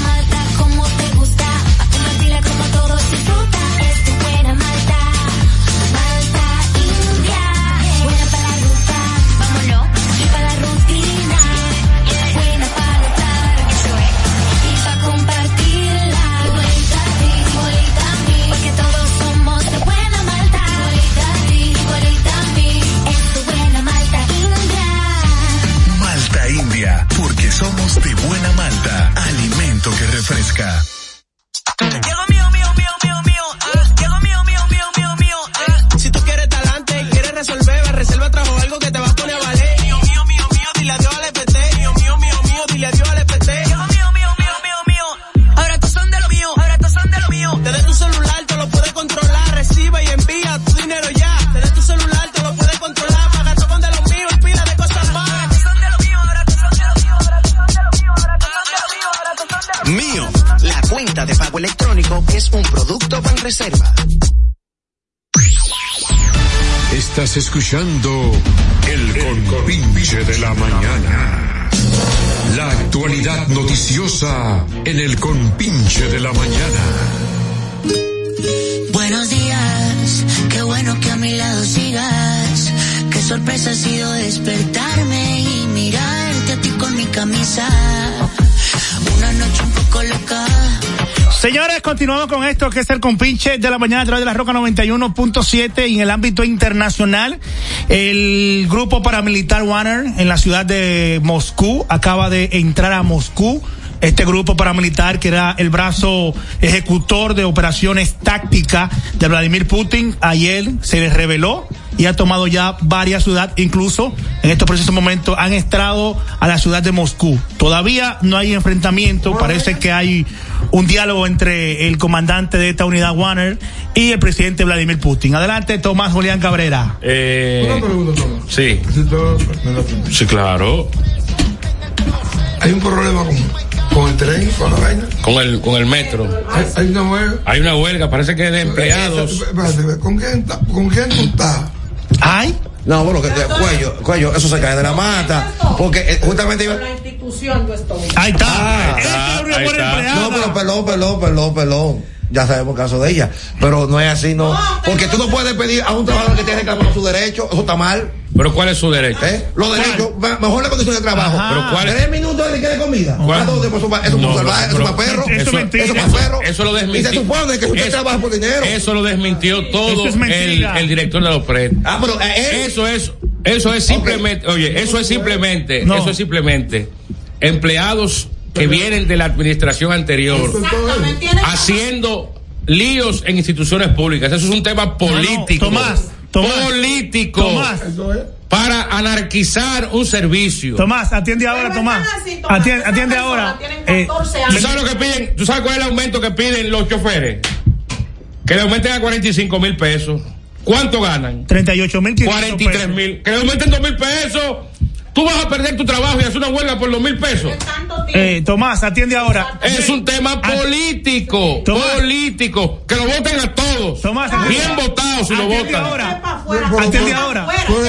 Speaker 10: malta, como te gusta, pa' compartirla como todos disfrutan. Es tu buena malta, malta india. Buena para la ruta, vámonos, y para la rutina. Buena para estar, eso es. Y para compartirla, igualita a ti, igualita a mí. Porque todos somos de buena malta, igualita a ti, igualita a mí. Es tu buena malta india.
Speaker 9: Malta India, porque somos de buena malta, alimento que refresca.
Speaker 6: Llegó mío, mío, mío, mío, mío. Ah, llegó mío, mío, mío, mío, mío. Ah. Si tú quieres talante y quieres resolver, la reserva trajo algo que te va a poner a valer. Mío, mío, mío, mío, dile adiós al EPT. Mío, mío, mío, mío, dile adiós al EPT. Llegó mío, mío, mío, mío, mío. Ahora tú son de lo mío, ahora tú son de lo mío. Desde tu celular te lo puedes controlar, recibe y envía tu dinero ya. Desde tu celular te lo puedes controlar, paga todo con de los míos y pila de cosas más. Ahora tú son de lo mío, ahora tú son de lo mío, ahora tú son de lo mío, ahora tú son de lo mío, ahora tú son de lo mío.
Speaker 11: Mío, la cuenta de pago electrónico es un producto Banreserva.
Speaker 9: Estás escuchando El, Compinche de la Mañana. La actualidad noticiosa en El Compinche de la Mañana.
Speaker 10: Buenos días, qué bueno que a mi lado sigas. Qué sorpresa ha sido despertarme y mirarte a ti con mi camisa. Una noche un poco loca.
Speaker 7: Señores, continuamos con esto que es el compinche de la mañana a través de la Roca 91.7 y en el ámbito internacional. El grupo paramilitar Warner en la ciudad de Moscú acaba de entrar a Moscú. Este grupo paramilitar que era el brazo ejecutor de operaciones tácticas de Vladimir Putin ayer se les reveló y ha tomado ya varias ciudades, incluso en estos precisos momentos han entrado a la ciudad de Moscú. Todavía no hay enfrentamiento, parece que hay un diálogo entre el comandante de esta unidad Warner y el presidente Vladimir Putin. Adelante, Tomás Julián Cabrera.
Speaker 1: Eh,
Speaker 3: Una pregunta, Tomás.
Speaker 1: sí,
Speaker 3: Si todo me lo apunto.
Speaker 1: sí, claro.
Speaker 3: Hay un problema con, con el tren, con la vaina.
Speaker 1: Con el, con el metro.
Speaker 3: Hay, hay una huelga.
Speaker 1: Hay una huelga, parece que de empleados.
Speaker 3: Espérate, ¿Con quién, ta- ¿Con quién tú estás?
Speaker 7: Ay,
Speaker 4: No, bueno, que, que- cuello, cuello, eso se cae de la mata. Porque eh, justamente iba.
Speaker 6: La institución, pues todo.
Speaker 7: ahí está.
Speaker 4: Ah,
Speaker 1: está,
Speaker 7: Él es una
Speaker 1: ahí
Speaker 7: buena
Speaker 1: está.
Speaker 7: empleada.
Speaker 4: No, pero pelón, pelón, pelón, pelón. Ya sabemos el caso de ella. Pero no es así, no. Porque tú no puedes pedir a un trabajador que esté reclamando su derecho. Eso está mal.
Speaker 1: Pero ¿cuál es su derecho?
Speaker 4: ¿eh? Los derechos, me- mejor la condición de trabajo.
Speaker 7: Ajá.
Speaker 1: Pero ¿cuál es?
Speaker 4: Tres minutos de que de comida.
Speaker 1: ¿Cuál?
Speaker 4: ¿A dónde? Pues, eso pa- eso
Speaker 1: No,
Speaker 4: es salvaje, eso
Speaker 1: pero-
Speaker 4: es para perros.
Speaker 7: eso es mentira.
Speaker 4: Eso es para perros.
Speaker 1: Eso lo
Speaker 4: Y
Speaker 1: desmintió.
Speaker 4: se supone que usted
Speaker 1: Eso-
Speaker 4: trabaja por dinero.
Speaker 1: Eso lo desmintió todo
Speaker 7: Eso es
Speaker 1: el,
Speaker 7: mentira.
Speaker 1: el director de los PRED.
Speaker 4: Ah, pero eh, él-
Speaker 1: Eso es, eso es simplemente, oye, eso es simplemente,
Speaker 7: No.
Speaker 1: eso es simplemente empleados que vienen de la administración anterior
Speaker 6: Exactamente. Tiene-
Speaker 12: Ah,
Speaker 1: haciendo líos en instituciones públicas. Eso es un tema político.
Speaker 7: Tomás, Tomás.
Speaker 1: político.
Speaker 7: Tomás,
Speaker 3: Eso es.
Speaker 1: Para anarquizar un servicio.
Speaker 7: Tomás, atiende ahora,
Speaker 6: Pero
Speaker 7: Tomás.
Speaker 6: están así, Tomás.
Speaker 7: Atiende,
Speaker 6: Esas
Speaker 7: atiende
Speaker 6: personas
Speaker 7: ahora.
Speaker 6: tienen
Speaker 7: Eh,
Speaker 6: 14
Speaker 1: ¿Tú
Speaker 6: años.
Speaker 1: sabes lo que piden? ¿Tú sabes cuál es el aumento que piden los choferes? Que le aumenten a 45 mil pesos. ¿Cuánto ganan?
Speaker 7: 38 mil
Speaker 1: 43 mil. Que le aumenten 2 mil pesos. Tú vas a perder tu trabajo y hacer una huelga por los mil pesos.
Speaker 7: Eh, Tomás, atiende ahora.
Speaker 1: Es un tema político. Político. Que lo voten a todos.
Speaker 7: Tomás,
Speaker 1: Bien votados si lo
Speaker 3: Atiende
Speaker 1: votan.
Speaker 3: ahora.
Speaker 1: Atiende ahora.
Speaker 3: Pero,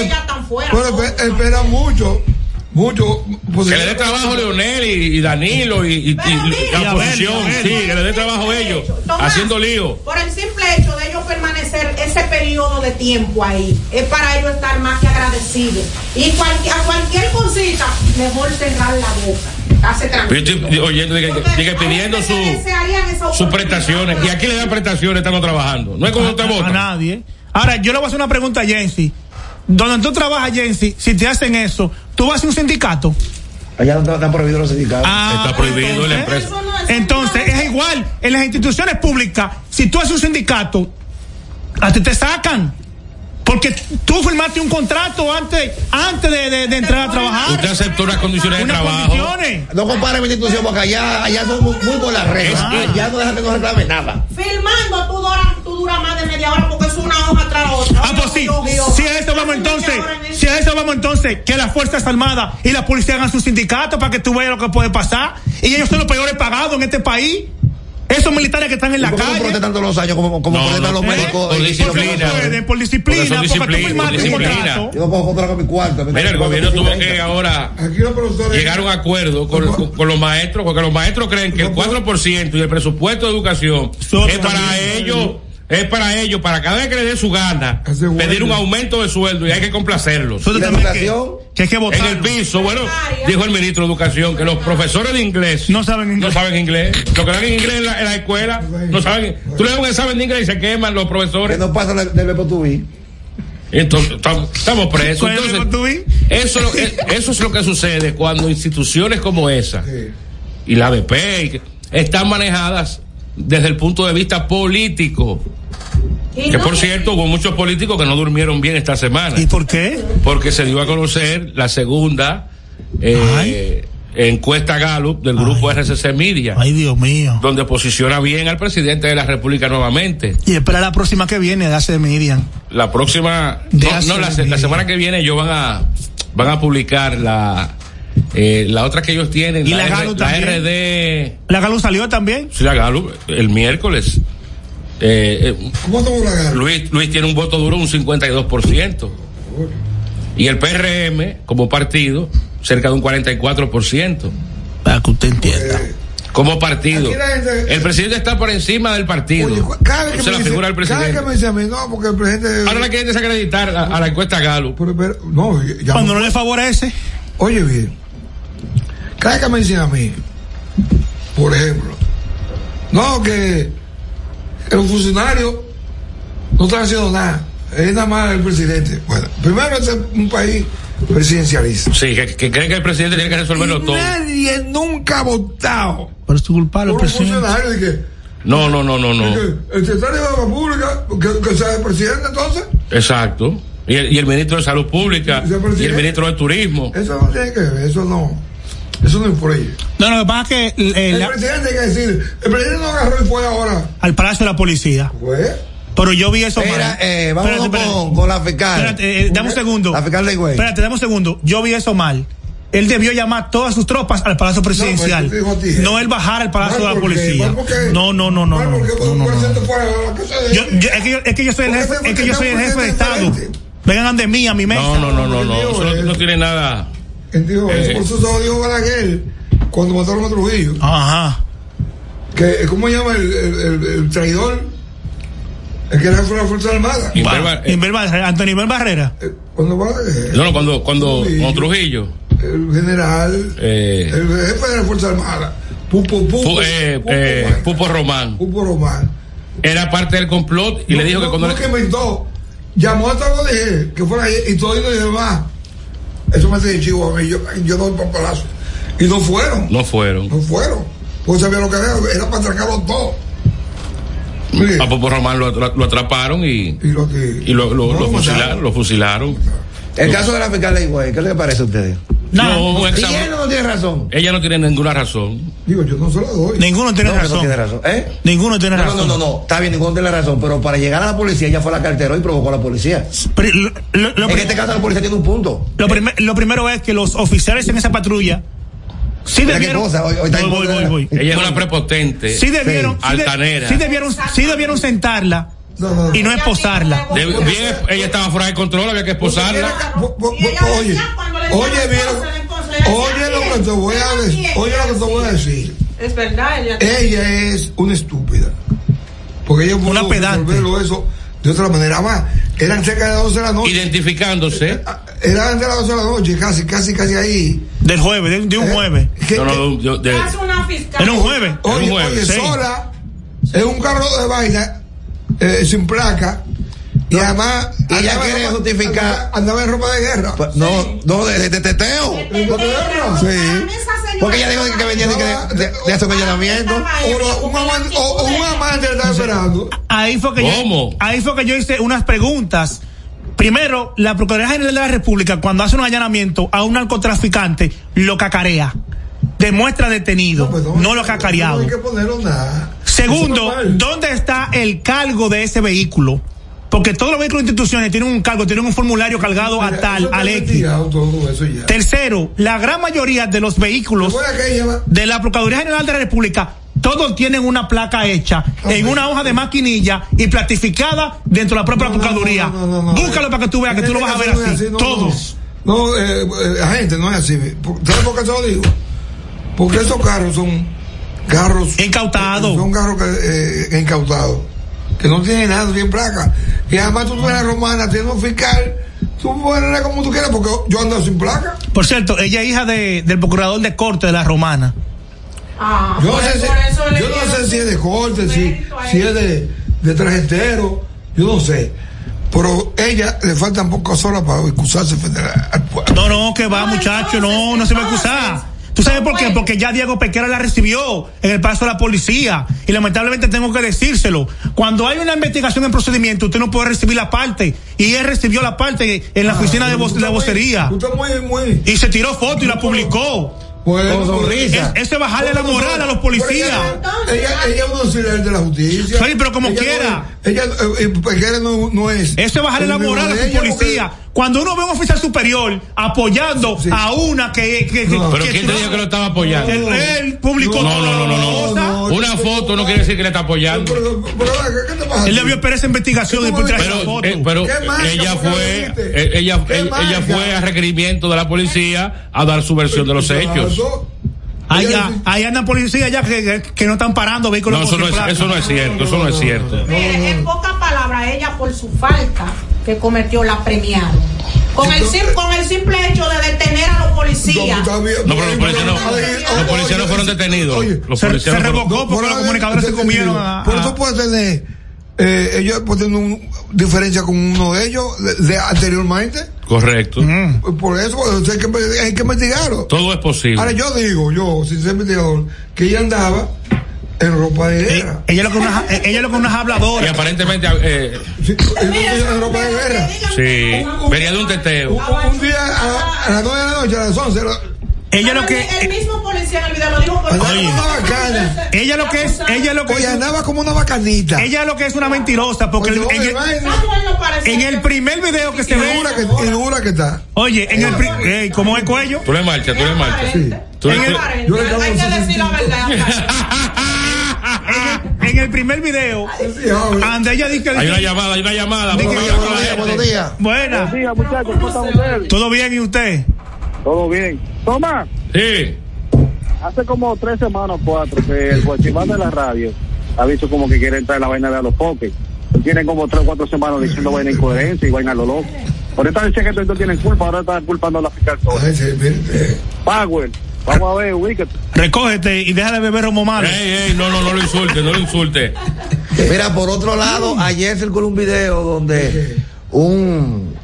Speaker 3: pero espe- espera mucho, mucho.
Speaker 1: Que le dé trabajo a Leonel y, y Danilo y, y- y la oposición. Sí, que le dé trabajo a ellos.
Speaker 5: Tomás.
Speaker 1: Haciendo lío.
Speaker 5: Por el simple hecho de ellos permanecer ese periodo de tiempo ahí, es para ellos estar más que agradecidos. Y cualquier, a cualquier cosita, mejor cerrar la boca. Hace
Speaker 1: Yo estoy oyendo, diga- diga, pidiendo su, sus prestaciones. Y aquí le dan prestaciones, estamos trabajando. No es como usted
Speaker 7: A
Speaker 1: vota.
Speaker 7: nadie. Ahora, yo le voy a hacer una pregunta a Jensi. Donde tú trabajas, Jensi, si te hacen eso, ¿tú vas a un sindicato?
Speaker 4: Allá no están prohibidos los sindicatos.
Speaker 1: Está prohibido en la empresa.
Speaker 7: Ah, Entonces, es igual. En las instituciones públicas, si tú haces un sindicato, a ti te sacan. Porque tú firmaste un contrato antes, antes de, de- de entrar a trabajar.
Speaker 1: Usted aceptó unas condiciones de
Speaker 7: Unas
Speaker 1: trabajo.
Speaker 7: condiciones.
Speaker 4: No compare mi institución porque allá, allá son muy, muy por las reglas. Allá no dejan que nos reclamen nada.
Speaker 5: Filmando, tú duras tú dura más de media hora porque es una hoja tras otra.
Speaker 7: Ah, pues sí. Si a eso vamos entonces, si a eso vamos entonces, que las Fuerzas Armadas y la policía hagan su sindicato para que tú veas lo que puede pasar. Y ellos son los peores pagados en este país. Esos militares que están en la
Speaker 4: ¿Por qué no
Speaker 7: calle.
Speaker 4: protestan todos los años como, como
Speaker 7: No,
Speaker 4: protestan
Speaker 7: no,
Speaker 4: los
Speaker 7: por-
Speaker 4: médicos?
Speaker 7: por
Speaker 4: y- y los
Speaker 7: disciplina.
Speaker 4: profesores?
Speaker 7: Pueden, por disciplina, Porque son porque tú disciplina, firmaste un disciplina. contrato.
Speaker 4: Yo no puedo comprar con mi cuarto. mi
Speaker 1: Mira, el
Speaker 4: cuarto
Speaker 1: gobierno
Speaker 4: es
Speaker 1: tuvo
Speaker 4: diferente.
Speaker 1: que ahora llegar a un acuerdo con, con- con los maestros, porque los maestros creen que el 4% y el presupuesto de educación es para ellos, es para ellos, para cada vez que le dé su gana, pedir un aumento de sueldo y hay que complacerlos.
Speaker 7: Eso también que- que hay que
Speaker 1: En
Speaker 7: votar.
Speaker 1: el piso, bueno, dijo el ministro de Educación que los profesores de inglés no saben inglés. No saben inglés. Los que dan inglés en la, en la escuela no saben. Tú le das un examen de inglés y se queman los profesores.
Speaker 4: no pasa del Bepotubí.
Speaker 1: Entonces, estamos, estamos presos.
Speaker 4: ¿Cuál es el
Speaker 1: Entonces, eso, es lo que- eso es lo que sucede cuando instituciones como esa y la ABP y que- están manejadas desde el punto de vista político. Que por cierto, hubo muchos políticos que no durmieron bien esta semana. ¿Y
Speaker 7: por qué?
Speaker 1: Porque se dio a conocer la segunda eh, encuesta Gallup del grupo RCC Media,
Speaker 7: Ay, Dios mío.
Speaker 1: donde posiciona bien al presidente de la República nuevamente.
Speaker 7: Y espera la próxima que viene, de hace Miriam.
Speaker 1: La próxima,
Speaker 7: De
Speaker 1: no,
Speaker 7: hace
Speaker 1: no, la, se- la semana que viene ellos van a van a publicar la eh, la otra que ellos tienen,
Speaker 7: Y la
Speaker 1: R-
Speaker 7: Gallup también. ¿Eh?
Speaker 1: RD,
Speaker 7: La Galo salió también.
Speaker 1: sí, la Gallup, el miércoles. Eh, eh, Luis, Luis tiene un voto duro, un 52%. Y el PRM, como partido, cerca de un 44%.
Speaker 7: Para que usted entienda.
Speaker 3: Eh,
Speaker 1: Como partido.
Speaker 3: Aquí la gente-
Speaker 1: El presidente está por encima del partido.
Speaker 3: Cada vez
Speaker 1: Esa
Speaker 3: que me
Speaker 1: es la
Speaker 3: dice-
Speaker 1: figura del
Speaker 3: cada vez
Speaker 1: presidente.
Speaker 3: que me dice a mí, no, porque el presidente.
Speaker 1: Ahora la quieren desacreditar a, a la encuesta Galo.
Speaker 3: no, ya-
Speaker 7: Cuando no le favorece.
Speaker 3: Oye, bien. Cada vez que me dicen a mí, por ejemplo, no, que los funcionarios no están haciendo nada. Es nada más el presidente. Bueno, primero este es un país presidencialista.
Speaker 1: Sí, que, que creen que el presidente tiene que resolverlo todo.
Speaker 3: Nadie nunca ha votado
Speaker 7: Por su culpable,
Speaker 3: por un funcionario de que
Speaker 1: No, no, no, no, no.
Speaker 3: que el secretario de la República, que, que sea el presidente entonces,
Speaker 1: Exacto. Y el, y el ministro de Salud Pública. Y el ministro de Turismo.
Speaker 3: eso no tiene que ver, eso no, eso no influye.
Speaker 7: No, lo que pasa es que. eh,
Speaker 3: El
Speaker 7: la-
Speaker 3: presidente hay que decir, el presidente no agarró y fue ahora. Pues,
Speaker 7: al Palacio de la Policía. Pero yo vi eso
Speaker 4: Mira,
Speaker 7: mal.
Speaker 4: eh, vámonos con- con la fiscal.
Speaker 7: Espérate, eh, dame un segundo.
Speaker 4: La fiscal de Higüey.
Speaker 7: Espérate, dame un segundo. Yo vi eso mal. Él debió llamar todas sus tropas al Palacio
Speaker 4: pues,
Speaker 7: Presidencial.
Speaker 3: pero
Speaker 7: No,
Speaker 3: yo te digo a ti, eh.
Speaker 7: él bajar al Palacio
Speaker 3: Mal
Speaker 7: de la
Speaker 3: porque-
Speaker 7: Policía.
Speaker 3: mal porque-
Speaker 7: No, no, no, no. no, no, no, no. Yo- yo- es, que yo, es que yo soy el jefe, es que yo soy el jefe de Estado. Vengan de mí, a mi mesa.
Speaker 1: No, no, no, no, no. Eso no, no tiene nada.
Speaker 3: Él dijo
Speaker 1: Eh.
Speaker 3: eso, por eso solo dijo Balaguer cuando mataron a Trujillo.
Speaker 7: Ajá.
Speaker 3: Que, eh, ¿Cómo llama el, el- el- el traidor? El que era de la Fuerza Armada. Eh,
Speaker 1: Inver-
Speaker 7: Inver Barrera, Antonio Inver Barrera.
Speaker 3: Cuando Balaguer,
Speaker 1: No, no, cuando, cuando, cuando Trujillo.
Speaker 3: el general,
Speaker 1: eh,
Speaker 3: el jefe de la Fuerza Armada, Pupo,
Speaker 1: Pu-
Speaker 3: Pupo,
Speaker 1: eh, eh, Pupo Román.
Speaker 3: Pupo Román.
Speaker 1: Era parte del complot y le dijo que cuando
Speaker 3: no,
Speaker 1: le-
Speaker 3: que inventó. Llamó hasta lo dije, que fuera ayer, y todo y los demás. Eso me hace de chivo a mí, yo, yo no voy para el palacio. Y no fueron.
Speaker 1: no fueron.
Speaker 3: No fueron. Porque sabían lo que era, era para atracar los dos.
Speaker 1: A Pupo Román lo, at- lo atraparon y,
Speaker 3: y lo,
Speaker 1: lo- lo fusilaron. Lo fusilaron.
Speaker 4: El caso de la fiscal de Higüey, ¿qué le parece a ustedes?
Speaker 1: No, un
Speaker 4: Y
Speaker 1: examen.
Speaker 4: él no tiene razón.
Speaker 1: Ella no tiene ninguna razón.
Speaker 3: Digo, yo no se la doy.
Speaker 7: Ninguno
Speaker 1: tiene
Speaker 4: No, que no
Speaker 1: razón.
Speaker 4: tiene razón. ¿Eh?
Speaker 7: Ninguno tiene
Speaker 4: No, No,
Speaker 7: razón.
Speaker 4: no, no, no. Está bien, ninguno tiene razón. Pero para llegar a la policía, ella fue a la cartera y provocó a la policía. en este caso, la policía tiene un punto. Eh.
Speaker 7: Lo, primer- lo primero es que los oficiales en esa patrulla sí
Speaker 4: Mira qué
Speaker 7: debieron.
Speaker 4: cosa, hoy- hoy está
Speaker 7: voy, voy, voy,
Speaker 4: en contra
Speaker 7: voy.
Speaker 1: Ella es una prepotente.
Speaker 7: Sí debieron, sí de-
Speaker 1: Este, altanera.
Speaker 7: sí debieron, sí debieron sentarla y no esposarla.
Speaker 1: De- bien, ella estaba fuera de control, había que esposarla.
Speaker 3: Oye, oye, mira, oye lo que te voy a decir. Oye lo Eh, que te voy a decir.
Speaker 5: Es verdad, ella.
Speaker 3: Ella es una estúpida. Porque ella pudo resolverlo eso de otra manera. Más, eran cerca de las 12 de la noche. Eh,
Speaker 1: Identificándose.
Speaker 3: Eran de las 12 de la noche, casi, casi, casi ahí.
Speaker 7: Del jueves, de,
Speaker 3: Eh,
Speaker 7: un jueves.
Speaker 1: No, no, de un- yo- de-
Speaker 5: Haz una fiscal.
Speaker 3: Oye,
Speaker 1: Era un jueves,
Speaker 3: oye,
Speaker 1: sí.
Speaker 3: sola. Es un carro de vaina eh, sin placa. Y además.
Speaker 4: Ella
Speaker 3: andaba en
Speaker 4: quiere
Speaker 3: ropa-
Speaker 4: justificar. Pues,
Speaker 3: Andaba, andaba en ropa de guerra.
Speaker 4: No, no, de, de teteo.
Speaker 3: Sí.
Speaker 4: Porque ella dijo que venía de, de, de, de atropellamiento.
Speaker 3: O un amante, o, o un amante le estaba esperando.
Speaker 7: Ahí fue que
Speaker 3: ¿Cómo?
Speaker 7: yo ahí fue que yo hice unas preguntas. Primero, la Procuraduría General de la República cuando hace un allanamiento a un narcotraficante lo cacarea. Demuestra detenido, no, lo cacareado.
Speaker 3: pues, No hay que ponerlo nada.
Speaker 7: Segundo, ¿dónde está el cargo de ese vehículo? Porque todos los vehículos de instituciones tienen un cargo, tienen un formulario cargado a tal, al X.
Speaker 3: Todo eso ya.
Speaker 7: Tercero, la gran mayoría de los vehículos de la Procuraduría General de la República, todos tienen una placa hecha en una hoja de maquinilla y plastificada dentro de la propia Procuraduría. Búscalo para que tú veas que tú lo vas a ver
Speaker 3: eh, No es
Speaker 7: así.
Speaker 3: no,
Speaker 7: todos.
Speaker 3: No, No, eh, eh, agente, no es así. Por- ¿Sabes por qué te lo digo? Porque esos carros son carros. Incautados. Son carros que, eh, incautados. Que no tienen nada, tienen placa. Y además tú eres romana, tienes un fiscal. Tú puedes hablar como tú quieras porque yo ando sin placa.
Speaker 7: Por cierto, ella es hija de- del procurador de corte de la Romana.
Speaker 5: Ah,
Speaker 3: Yo,
Speaker 5: por-
Speaker 3: no sé si,
Speaker 5: por eso le
Speaker 3: yo no
Speaker 5: quiero-
Speaker 3: sé si es de corte, si, si es de, de trajetero, yo no sé. Pero ella le faltan pocas horas para excusarse frente a- al pueblo.
Speaker 7: No, no, que va, muchacho, no, no se va a acusar. ¿Tú sabes por
Speaker 3: pues.
Speaker 7: qué? Porque ya Diego Pequera la recibió en el paso de la policía. Y lamentablemente tengo que decírselo. Cuando hay una investigación en procedimiento, usted no puede recibir la parte. Y él recibió la parte en
Speaker 3: Ah,
Speaker 7: la oficina de, voc- la vocería. Y se tiró foto y la publicó.
Speaker 3: Bueno, Con sonrisa.
Speaker 7: Es- Eso es bajarle la
Speaker 3: Bueno, pues,
Speaker 7: moral a los
Speaker 3: pero
Speaker 7: policías.
Speaker 3: Ella, ella, ella es un auxiliar de la justicia.
Speaker 7: Sí, pero como
Speaker 3: Ella
Speaker 7: quiera.
Speaker 3: no es- ella eh, eh, Pequera no, no es.
Speaker 7: Eso es bajarle la
Speaker 3: enemigo
Speaker 7: moral a
Speaker 3: Pues, de
Speaker 7: su
Speaker 3: ella
Speaker 7: policía. Cuando uno ve a un oficial superior apoyando a una que. que- que-
Speaker 1: Pero
Speaker 7: que-
Speaker 1: ¿quién te dijo que lo estaba apoyando?
Speaker 7: Él, él publicó
Speaker 1: No,
Speaker 7: todas
Speaker 1: no, no, no,
Speaker 7: las
Speaker 1: no.
Speaker 7: cosas.
Speaker 1: Una foto no quiere decir que le está apoyando.
Speaker 7: Él debió esperar esa investigación y después traer esa
Speaker 1: Pero,
Speaker 7: foto.
Speaker 1: eh, pero
Speaker 7: ¿Qué marca?
Speaker 1: ella
Speaker 7: ¿Por qué
Speaker 1: fue,
Speaker 7: la viste?
Speaker 1: eh, ella,
Speaker 7: ¿Qué
Speaker 1: eh, ella
Speaker 7: marca?
Speaker 1: fue a requerimiento de la policía a dar su versión de los hechos.
Speaker 7: Allá, allá ah, andan policías ya que, que no están parando vehículos
Speaker 1: No, eso
Speaker 7: con
Speaker 1: no
Speaker 7: sin
Speaker 1: es,
Speaker 7: placa.
Speaker 1: eso no es cierto, eso no es cierto.
Speaker 5: Mire, en pocas palabras, ella por su falta que cometió la premiaron. Con el, sim- con el simple hecho de detener a los policías.
Speaker 1: No, pero los policías no, los policías no fueron detenidos. Los policías no fueron-
Speaker 3: se Por eso puede tener. Eh, ellos pueden tener un- diferencia con uno de ellos de, de anteriormente.
Speaker 1: Correcto.
Speaker 3: Por eso o sea, hay, que, hay que investigarlo.
Speaker 1: Todo es posible.
Speaker 3: Ahora yo digo, yo, sin ser investigador, que ella andaba en ropa de guerra.
Speaker 7: Ella lo que una, ella lo que una
Speaker 1: Y
Speaker 7: habladora.
Speaker 1: aparentemente, eh,
Speaker 3: En ropa de guerra.
Speaker 1: sí, venía de un teteo.
Speaker 3: Un día a, a las 9 de la noche, a las 11.
Speaker 7: Ella eh,
Speaker 5: lo que. Ah, El mismo policía en el video lo dijo por
Speaker 3: Oye. Una bacana.
Speaker 7: Ella lo que es, ella lo que
Speaker 3: Oye,
Speaker 7: es,
Speaker 3: andaba como una bacanita.
Speaker 7: Ella lo que es una mentirosa porque
Speaker 3: Oye,
Speaker 7: en,
Speaker 3: oye,
Speaker 7: el-
Speaker 3: vaina.
Speaker 7: en el primer video que se
Speaker 3: Y
Speaker 7: ve.
Speaker 3: jura que- y jura que está.
Speaker 7: Oye, en el pri- ey, ¿cómo es cuello?
Speaker 1: Tú le marchas, tú le marchas. Tú le- tú-
Speaker 5: Hay que decir la verdad.
Speaker 7: (laughs) En el primer video, Andrea ella dice que
Speaker 1: Hay una llamada, hay una llamada.
Speaker 7: Dice-
Speaker 1: Vamos a llamar a la gente.
Speaker 7: Buenas.
Speaker 13: días, muchachos. ¿Cómo están ustedes?
Speaker 7: ¿Todo bien y usted?
Speaker 13: Todo bien. Toma,
Speaker 1: Sí.
Speaker 13: hace como tres semanas o cuatro que el guachimán de la radio ha dicho como que quiere entrar en la vaina de a los poques. Tienen como tres o cuatro semanas diciendo vaina incoherencia y vaina a lo loco. Ahorita dicen que no tienen culpa, ahora están culpando a la fiscal sola. Power, vamos a ver, Wicked.
Speaker 7: Recógete y deja de beber romo malo.
Speaker 1: Ey, ey, no, no, no lo insulte, no lo insulte.
Speaker 4: Mira, por otro lado, ayer circuló un video donde un,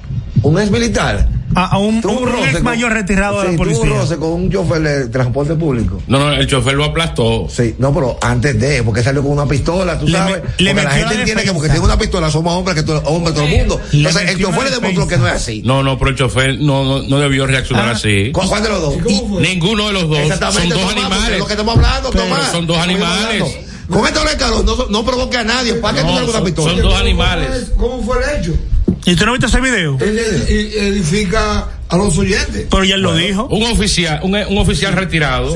Speaker 4: un ex militar
Speaker 7: a, a un,
Speaker 4: Tuvo
Speaker 7: un
Speaker 4: roce
Speaker 7: ex
Speaker 4: con-
Speaker 7: mayor retirado de la
Speaker 4: sí, tuvo un
Speaker 7: policía.
Speaker 4: roce con un chofer de transporte público.
Speaker 1: No, no, el chofer lo aplastó.
Speaker 4: Sí, no, pero antes de, porque salió con una pistola, tú
Speaker 1: Le me-
Speaker 4: sabes.
Speaker 1: le
Speaker 4: porque la
Speaker 1: metió
Speaker 4: gente
Speaker 1: la
Speaker 4: entiende que porque
Speaker 1: defensa.
Speaker 4: tiene una pistola somos hombres, que todo, hombres todo el mundo.
Speaker 1: Le
Speaker 4: Entonces, el
Speaker 1: metió
Speaker 4: chofer
Speaker 1: la
Speaker 4: le demostró que no es así.
Speaker 1: No, no, pero el chofer no, no, no debió reaccionar así.
Speaker 4: ¿Cu- ¿Cuál de los dos?
Speaker 1: Ninguno de los dos. Son
Speaker 4: Exactamente,
Speaker 1: dos
Speaker 4: Tomás, porque
Speaker 1: animales.
Speaker 4: es lo que estamos hablando,
Speaker 1: Pero
Speaker 4: Tomás.
Speaker 1: son dos
Speaker 4: Estamos
Speaker 1: animales.
Speaker 4: hablando. Con esto de calor, no, no provoque a nadie. ¿Para qué
Speaker 1: No,
Speaker 4: tú sales con una
Speaker 1: son-
Speaker 4: pistola?
Speaker 1: son dos animales.
Speaker 3: ¿Cómo fue el hecho?
Speaker 7: ¿Y usted no viste ese video?
Speaker 3: Él ed- edifica a los oyentes.
Speaker 7: Pero ya él lo dijo.
Speaker 1: Un oficial, un, un oficial retirado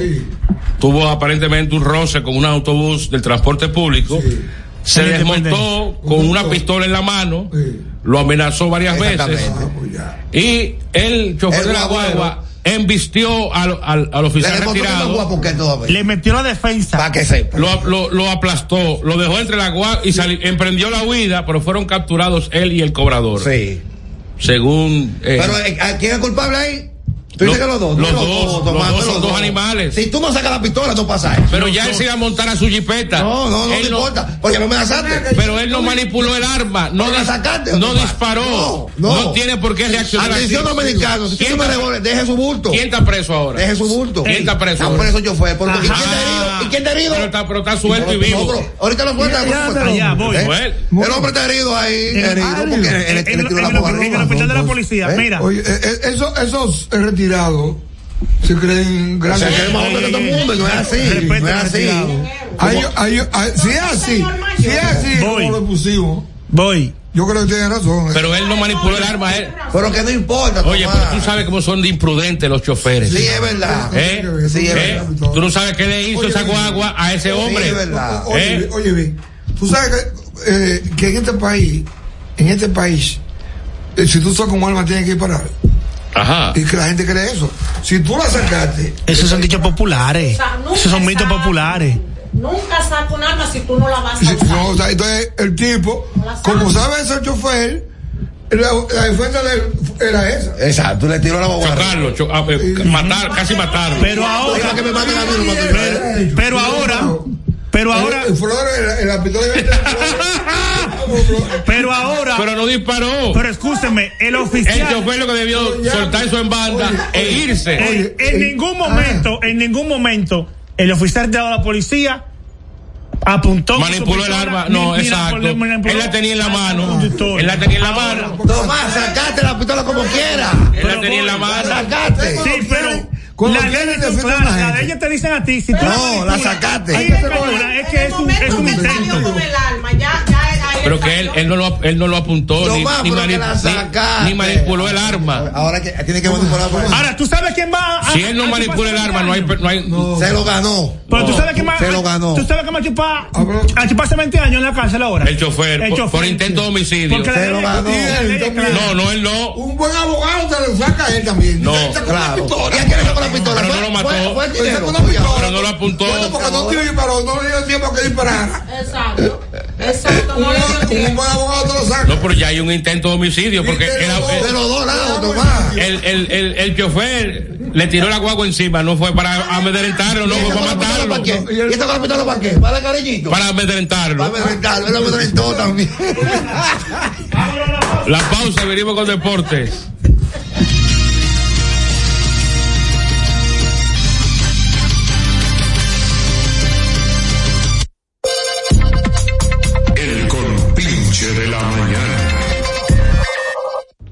Speaker 1: tuvo aparentemente un roce con un autobús del transporte público. Se
Speaker 7: En la
Speaker 1: desmontó
Speaker 7: Independencia.
Speaker 1: con una pistola en la mano, lo amenazó varias veces
Speaker 3: Ah, pues
Speaker 1: y el chofer
Speaker 7: El
Speaker 1: de la
Speaker 7: guagüero.
Speaker 1: guagua embistió al, al, al oficial retirado,
Speaker 7: Pues, Le metió la defensa.
Speaker 4: Para que sepa.
Speaker 1: lo, lo- lo aplastó, lo dejó entre la guagua y sali- emprendió la huida, pero fueron capturados él y el cobrador.
Speaker 4: Sí.
Speaker 1: Según... eh,
Speaker 4: Pero eh, ¿a ¿quién es culpable ahí? Tú dices
Speaker 1: Los-
Speaker 4: que los dos.
Speaker 1: los
Speaker 4: no
Speaker 1: dos,
Speaker 4: Tomás,
Speaker 1: los dos
Speaker 4: no
Speaker 1: son dos animales.
Speaker 4: Si tú no sacas la pistola, no pasa eso.
Speaker 1: Pero ya él se iba a montar a su jipeta.
Speaker 4: No, no, no, no importa. Porque me amenazaste.
Speaker 1: Pero él no manipuló el arma. No,
Speaker 4: Pero la
Speaker 1: dis-
Speaker 4: sacaste,
Speaker 1: no
Speaker 4: Tomás.
Speaker 1: disparó. No,
Speaker 4: No, no.
Speaker 1: tiene por qué reaccionar.
Speaker 4: Atención,
Speaker 1: así.
Speaker 4: dominicano. Si
Speaker 1: ¿Quién
Speaker 4: tú no me
Speaker 1: está-
Speaker 4: devuelves, deje su bulto.
Speaker 1: ¿Quién está preso ahora?
Speaker 4: Deje su bulto.
Speaker 1: ¿Quién está preso?
Speaker 4: Están
Speaker 1: ahora?
Speaker 4: presos yo fue. Pero, ¿y quién te
Speaker 1: Ajá.
Speaker 4: herido? ¿Y quién te herido?
Speaker 1: Pero está, pero está suelto y
Speaker 4: No,
Speaker 1: vivo. Pues,
Speaker 4: pero ahorita lo sueltan.
Speaker 7: Ya,
Speaker 4: ¿no?
Speaker 7: ya,
Speaker 4: Pero-
Speaker 7: ya, voy.
Speaker 4: ¿eh?
Speaker 1: Bueno.
Speaker 4: El hombre está herido ahí. Herido
Speaker 7: Algo.
Speaker 4: porque
Speaker 7: En-
Speaker 4: él-
Speaker 7: en-
Speaker 4: él le tiró
Speaker 7: en
Speaker 4: la
Speaker 7: lo-
Speaker 4: boca.
Speaker 7: en el hospital de la policía, pues. mira.
Speaker 3: ¿Eh? Oye, eh, eh, esos, esos retirados se creen grandes.
Speaker 4: Se creen más hombres que todo el mundo, y no es así,
Speaker 3: Respeta
Speaker 4: no es
Speaker 3: al
Speaker 4: así.
Speaker 3: retirado. Hay- hay- hay- si es así, si es así,
Speaker 7: Voy.
Speaker 3: como lo pusimos,
Speaker 7: Voy.
Speaker 3: yo creo que tiene razón. ¿eh?
Speaker 1: Pero él no manipuló el arma. Él.
Speaker 4: Pero que no importa.
Speaker 1: Oye,
Speaker 4: Tomás.
Speaker 1: pero tú sabes cómo son de imprudentes los choferes.
Speaker 4: Sí, es
Speaker 3: Ah,
Speaker 4: verdad.
Speaker 1: ¿Eh?
Speaker 4: Sí,
Speaker 1: ¿Eh?
Speaker 4: es verdad.
Speaker 1: Tú no sabes qué le hizo esa guagua a ese hombre.
Speaker 4: es verdad.
Speaker 3: Oye,
Speaker 1: ¿Eh?
Speaker 3: Vic, oye, Vic, tú sabes que, eh, que en este país, en este país, eh, si tú sacas un arma, tienes que disparar.
Speaker 1: Ajá.
Speaker 3: Y que la gente cree eso. Si tú la sacaste,
Speaker 7: Esos son dichos populares.
Speaker 5: O sea, nunca
Speaker 7: Esos son mitos
Speaker 5: sabe.
Speaker 7: populares.
Speaker 5: Nunca saca un arma si tú no la vas
Speaker 3: si-
Speaker 5: a usar.
Speaker 3: no, o sea, entonces el tipo, como sabe ese chofer, la, la defensa de él era esa.
Speaker 4: Exacto, le tiró la boca.
Speaker 1: Chocarlo, cho- ah, eh, ca- matar, casi matarlo.
Speaker 7: Pero ahora,
Speaker 4: que me maten a mí, no maten a mí.
Speaker 7: pero, pero ahora, pero ahora,
Speaker 3: El, el flor, el, el hospital de-
Speaker 7: (laughs) pero ahora,
Speaker 1: Pero no disparó.
Speaker 7: pero escúcheme, el
Speaker 1: El
Speaker 7: oficial.
Speaker 1: chofer lo que debió
Speaker 3: Ya. pues,
Speaker 1: soltar su embanda e irse.
Speaker 7: Ey, en,
Speaker 3: eh,
Speaker 7: ningún
Speaker 3: ah.
Speaker 7: momento, en ningún momento, el oficial de la policía apuntó. con su
Speaker 1: manipuló el
Speaker 7: pistola,
Speaker 1: arma.
Speaker 7: ni-
Speaker 1: No,
Speaker 7: ni la
Speaker 1: exacto.
Speaker 7: pol- manipuló
Speaker 1: Él la tenía en la
Speaker 7: al
Speaker 1: mano.
Speaker 7: conductor.
Speaker 1: Él la tenía en la
Speaker 7: Ahora,
Speaker 1: mano.
Speaker 4: Tomás, sacaste la pistola como quiera.
Speaker 1: Él la
Speaker 7: pero
Speaker 1: tenía en la
Speaker 7: voy,
Speaker 1: mano.
Speaker 4: Sacaste.
Speaker 7: Sí, pero.
Speaker 3: Cuando
Speaker 7: la
Speaker 3: quieren
Speaker 7: ley es
Speaker 3: defender a
Speaker 7: clara,
Speaker 3: la
Speaker 7: la
Speaker 3: gente.
Speaker 7: ley te dicen a ti, si tú
Speaker 4: No,
Speaker 7: manipulas,
Speaker 4: la sacaste.
Speaker 7: ahí es cañona, es que es un, es un
Speaker 5: que salió
Speaker 7: intento.
Speaker 5: con el alma, ya, ya era ahí
Speaker 1: Pero
Speaker 5: el
Speaker 1: que él,
Speaker 5: fallo.
Speaker 1: él, no, lo, él no lo apuntó ni,
Speaker 4: Tomás,
Speaker 1: ni
Speaker 4: pero
Speaker 1: mani-
Speaker 4: que la
Speaker 1: ni-
Speaker 4: sacaste.
Speaker 1: ni manipuló el arma.
Speaker 4: Ahora que tiene que manipular para eso.
Speaker 7: Ahora, ¿tú sabes quién va a-
Speaker 1: Si él no
Speaker 7: a- a
Speaker 1: manipula el
Speaker 7: chupar
Speaker 1: arma, no hay. per- No hay
Speaker 4: Se lo ganó.
Speaker 7: Pero tú
Speaker 1: No,
Speaker 7: sabes que más.
Speaker 4: se lo ganó.
Speaker 7: Tú sabes que más chupa.
Speaker 3: Hablo-
Speaker 7: A chuparse 20 años en la cárcel ahora.
Speaker 1: El chofer, por- por intento de homicidio.
Speaker 7: Porque la
Speaker 4: Se
Speaker 7: ley
Speaker 4: lo
Speaker 7: es-
Speaker 4: ganó.
Speaker 7: la ley es clara.
Speaker 1: No, no, él no.
Speaker 3: Un buen abogado te lo saca a él también.
Speaker 1: No,
Speaker 3: Él sacó una
Speaker 4: Claro.
Speaker 3: pistola.
Speaker 4: ¿Y a quién le sacó la pistola?
Speaker 1: Pero no
Speaker 4: Fue-
Speaker 1: lo mató.
Speaker 4: fue- fue el
Speaker 3: Él
Speaker 4: dinero.
Speaker 3: sacó una pistola.
Speaker 1: Pero no lo apuntó.
Speaker 3: Bueno, porque no te disparó, no le dio tiempo que disparara.
Speaker 5: Exacto. Exacto,
Speaker 3: Un
Speaker 5: no le dio
Speaker 3: un
Speaker 5: tiempo.
Speaker 3: buen abogado te lo saca.
Speaker 1: No, pero ya hay un intento de homicidio. Porque
Speaker 3: De
Speaker 1: él-
Speaker 3: los dos, de
Speaker 1: él-
Speaker 3: los dos lados, Tomás.
Speaker 1: el, el, el, el chofer le tiró la guagua encima. No fue para amedrentarlo, no
Speaker 4: ¿Y
Speaker 1: fue
Speaker 4: esta
Speaker 1: para
Speaker 4: con la pistola para
Speaker 1: matarlo.
Speaker 4: qué? ¿Y esta con la pistola para qué? ¿Para cariñito?
Speaker 1: Para amedrentarlo.
Speaker 4: Para reventarlo, él lo reventó también.
Speaker 1: La pausa, venimos con deportes.
Speaker 9: El compinche de la mañana.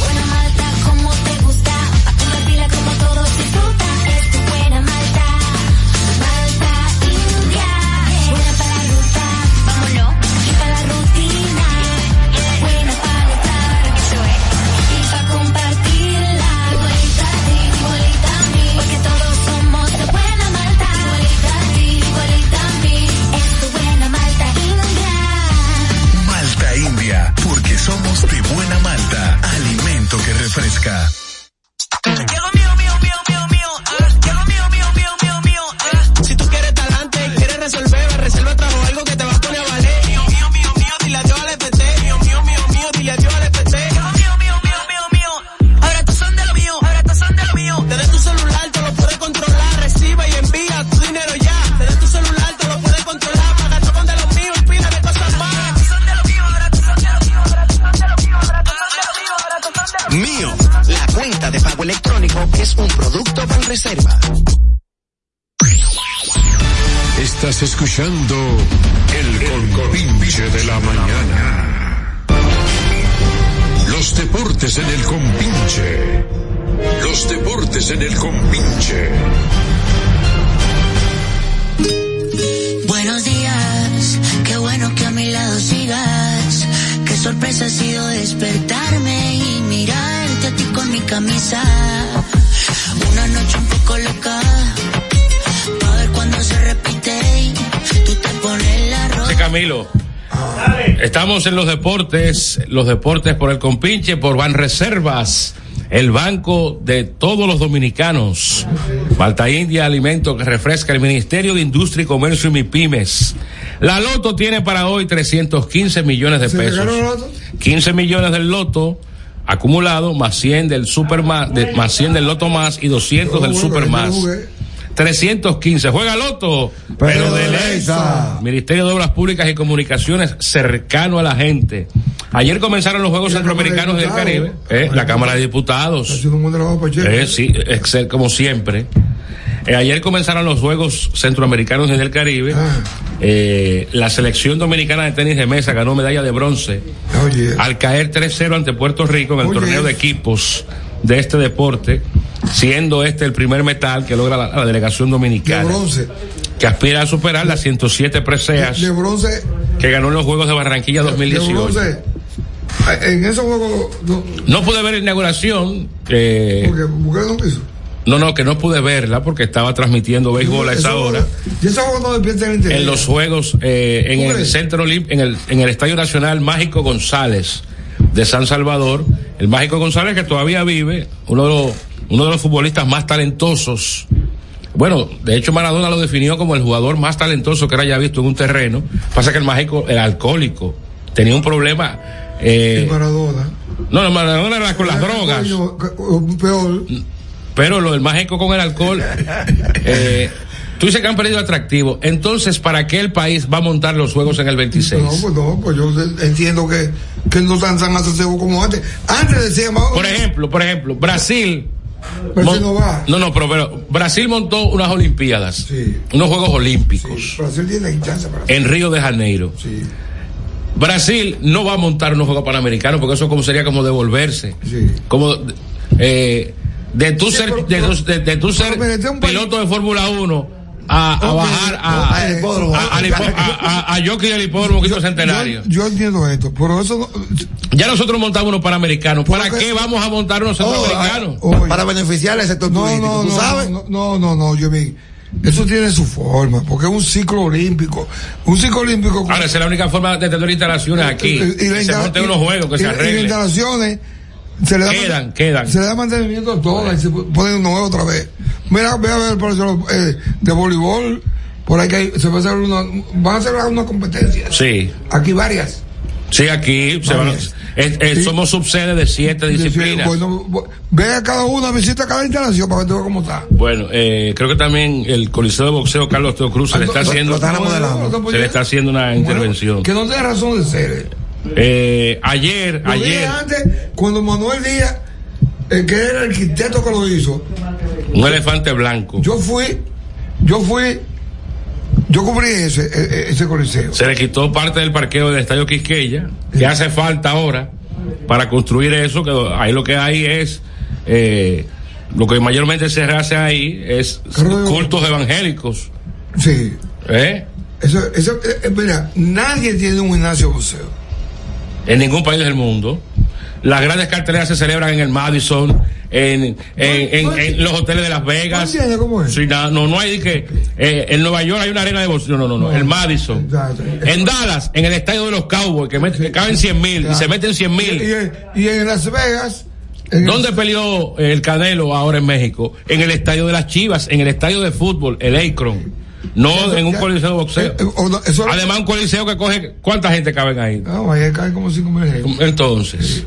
Speaker 10: Buena malta como te gusta, pa' compartirla como todos disfrutan. Es tu buena malta, malta india. Buena para la ruta, vámonos, y para la rutina. Buena para estar, eso es. Y para compartirla, igualita a ti, igualita a mí. Porque todos somos de buena malta, igualita a ti, igualita a mí. Es tu buena malta india.
Speaker 9: Malta India, porque somos de buena malta, alimento que refresca.
Speaker 6: Si tú quieres talante, quieres resolver, reserva trajo algo que te va a poner a valer. Mío, mío, mío, mío, dile adiós al FT. Mío, mío, mío, mío, dile adiós al FT. Mío, mío, mío, mío, mío. Ahora estos son de lo mío, ahora estos son de lo mío. Desde tu celular te lo puedes controlar, recibe y envía tu dinero ya. Desde tu celular te lo puedes controlar, paga todo con de lo mío, y pila de cosas más. Ahora estos son de lo mío, ahora estos son de lo mío, ahora estos son de lo mío, ahora estos son de lo mío, ahora estos son de lo mío.
Speaker 14: Mío, la cuenta de pago electrónico es un producto Banreserva.
Speaker 12: Estás escuchando el compinche de la mañana. Los deportes en el compinche. Los deportes en el compinche.
Speaker 15: Buenos días, qué bueno que a mi lado sigas. Qué sorpresa ha sido despertarme y mirarte a ti con mi camisa. Una noche un poco loca, pa' ver cuando se repite y tú te pones la ropa.
Speaker 1: Ese Camilo. Estamos en los deportes, los deportes por el compinche, por Van Reservas, el banco de todos los dominicanos. Malta India, alimento que refresca el Ministerio de Industria y Comercio y MIPIMES. La Loto tiene para hoy 315 millones de
Speaker 3: ¿Se te ganó la
Speaker 1: pesos.
Speaker 3: Loto?
Speaker 1: 15 millones del Loto acumulado, más 100 del Superman, de- más 100 del Loto más y 200 del Supermás. 315. Juega Loto. Pero de Leisa. Ministerio de Obras Públicas y Comunicaciones cercano a la gente. Ayer comenzaron los Juegos Centroamericanos del Caribe. eh, la Cámara de Diputados.
Speaker 3: Haciendo un buen trabajo, Pacheco.
Speaker 1: Eh, sí, Excel como siempre. Eh, ayer comenzaron los Juegos Centroamericanos del Caribe. Eh, la selección dominicana de tenis de mesa ganó medalla de bronce
Speaker 3: Ah,
Speaker 1: al caer 3-0 ante Puerto Rico en el torneo de equipos de este deporte, siendo este el primer metal que logra la, la delegación dominicana. Que aspira a superar las 107 preseas
Speaker 3: De bronce,
Speaker 1: que ganó en los Juegos de Barranquilla
Speaker 3: de
Speaker 1: 2018.
Speaker 3: bronce. Ah, En esos juegos, no,
Speaker 1: No pude ver la inauguración. eh,
Speaker 3: ¿por qué no quiso?
Speaker 1: no, no, que no pude verla porque estaba transmitiendo béisbol a esa hora.
Speaker 3: Y esos juegos no despiertan el interés.
Speaker 1: en los juegos eh, en el
Speaker 3: Hombre.
Speaker 1: centro Olim- en el en el Estadio Nacional Mágico González de San Salvador, el Mágico González que todavía vive, uno de los, uno de los futbolistas más talentosos. Bueno, de hecho Maradona lo definió como el jugador más talentoso que él haya visto en un terreno. Pasa que el Mágico era alcohólico, tenía un problema eh,
Speaker 3: Y Maradona.
Speaker 1: no, no, Maradona era con las drogas.
Speaker 3: Coño, co- Peor.
Speaker 1: Pero lo del mágico con el alcohol, eh, tú dices que han perdido atractivo. Entonces, ¿para qué el país va a montar los juegos en el 26?
Speaker 3: No, pues no, pues yo entiendo que, que no están tan asociados como antes. Antes decían, vamos.
Speaker 1: Por ejemplo, por ejemplo, Brasil.
Speaker 3: Pero si
Speaker 1: mon-
Speaker 3: no va.
Speaker 1: No, no, pero, pero Brasil montó unas Olimpiadas, unos Juegos Olímpicos
Speaker 3: Brasil tiene chance para.
Speaker 1: en Río de Janeiro. Brasil no va a montar unos Juegos Panamericanos porque eso como sería como devolverse. Como eh, de tú ser, de, tú- de- de tú ser
Speaker 3: este
Speaker 1: piloto de Fórmula 1 a, a bajar a,
Speaker 3: al hipódromo.
Speaker 1: a- al hipó- a- a- a jockey del hipódromo Quito Centenario.
Speaker 3: Yo entiendo esto, pero eso no,
Speaker 1: Ya nosotros montamos unos panamericanos. ¿Para qué vamos a montar unos
Speaker 3: Oh,
Speaker 1: centroamericanos?
Speaker 3: para beneficiar el sector
Speaker 1: turístico, ¿tú
Speaker 3: ah, no,
Speaker 1: sabes?
Speaker 3: No, no, no, no, yo vi. Eso tiene su forma, porque es un ciclo olímpico. Un ciclo olímpico.
Speaker 1: Ahora, esa es la única forma de tener instalaciones aquí.
Speaker 3: Y- y
Speaker 1: Que
Speaker 3: la
Speaker 1: se
Speaker 3: instala-
Speaker 1: monten unos
Speaker 3: y-
Speaker 1: juegos, que
Speaker 3: y-
Speaker 1: se
Speaker 3: y las
Speaker 1: arreglen.
Speaker 3: instalaciones se le da
Speaker 1: Quedan, quedan.
Speaker 3: Se le da mantenimiento a todas y se ponen nuevo otra vez. Mira, ve a ver, por ejemplo, eh, de voleibol, por ahí que hay- se va a hacer una, van a hacer una competencia.
Speaker 1: Sí.
Speaker 3: Aquí varias.
Speaker 1: Sí, aquí se van a- es- es- somos subsede de siete disciplinas.
Speaker 3: Bueno, bu- ve a cada una, visita cada instalación para que tú veas cómo está.
Speaker 1: Bueno, eh, creo que también el Coliseo de Boxeo Carlos Teocruz se le está
Speaker 3: Ah, Lo- lo
Speaker 1: haciendo
Speaker 3: están remodelando.
Speaker 1: se le está haciendo una intervención.
Speaker 3: Que no tiene razón de ser. eh.
Speaker 1: Eh, ayer,
Speaker 3: Lo dije
Speaker 1: ayer,
Speaker 3: antes, cuando Manuel Díaz, el que era el arquitecto que lo hizo,
Speaker 1: un elefante blanco.
Speaker 3: yo fui, yo fui, yo cubrí ese, e- e- ese coliseo.
Speaker 1: Se le quitó parte del parqueo del Estadio Quisqueya, que hace falta ahora para construir eso, que ahí lo que hay es, eh, lo que mayormente se hace ahí es cultos evangélicos.
Speaker 3: Sí.
Speaker 1: ¿eh?
Speaker 3: Eso, eso, eh, eh, mira, nadie tiene un gimnasio de boxeo.
Speaker 1: en ningún país del mundo. Las grandes carteleras se celebran en el Madison, en, en, en- en los hoteles de Las Vegas. Sí, na- no, no hay de que eh, en Nueva York hay una arena de boxeo, no, no, no, el Madison. En Dallas, en el estadio de los Cowboys, que, met- que caben 100 mil y se meten 100 mil.
Speaker 3: Y en Las Vegas,
Speaker 1: ¿Dónde peleó eh, el Canelo ahora en México? En el estadio de las Chivas, en el estadio de fútbol, el Akron. No en un coliseo de
Speaker 3: Eh,
Speaker 1: boxeo. Además, un coliseo que coge. ¿Cuánta gente caben ahí?
Speaker 3: No, ahí cae como 5 mil gente.
Speaker 1: Entonces.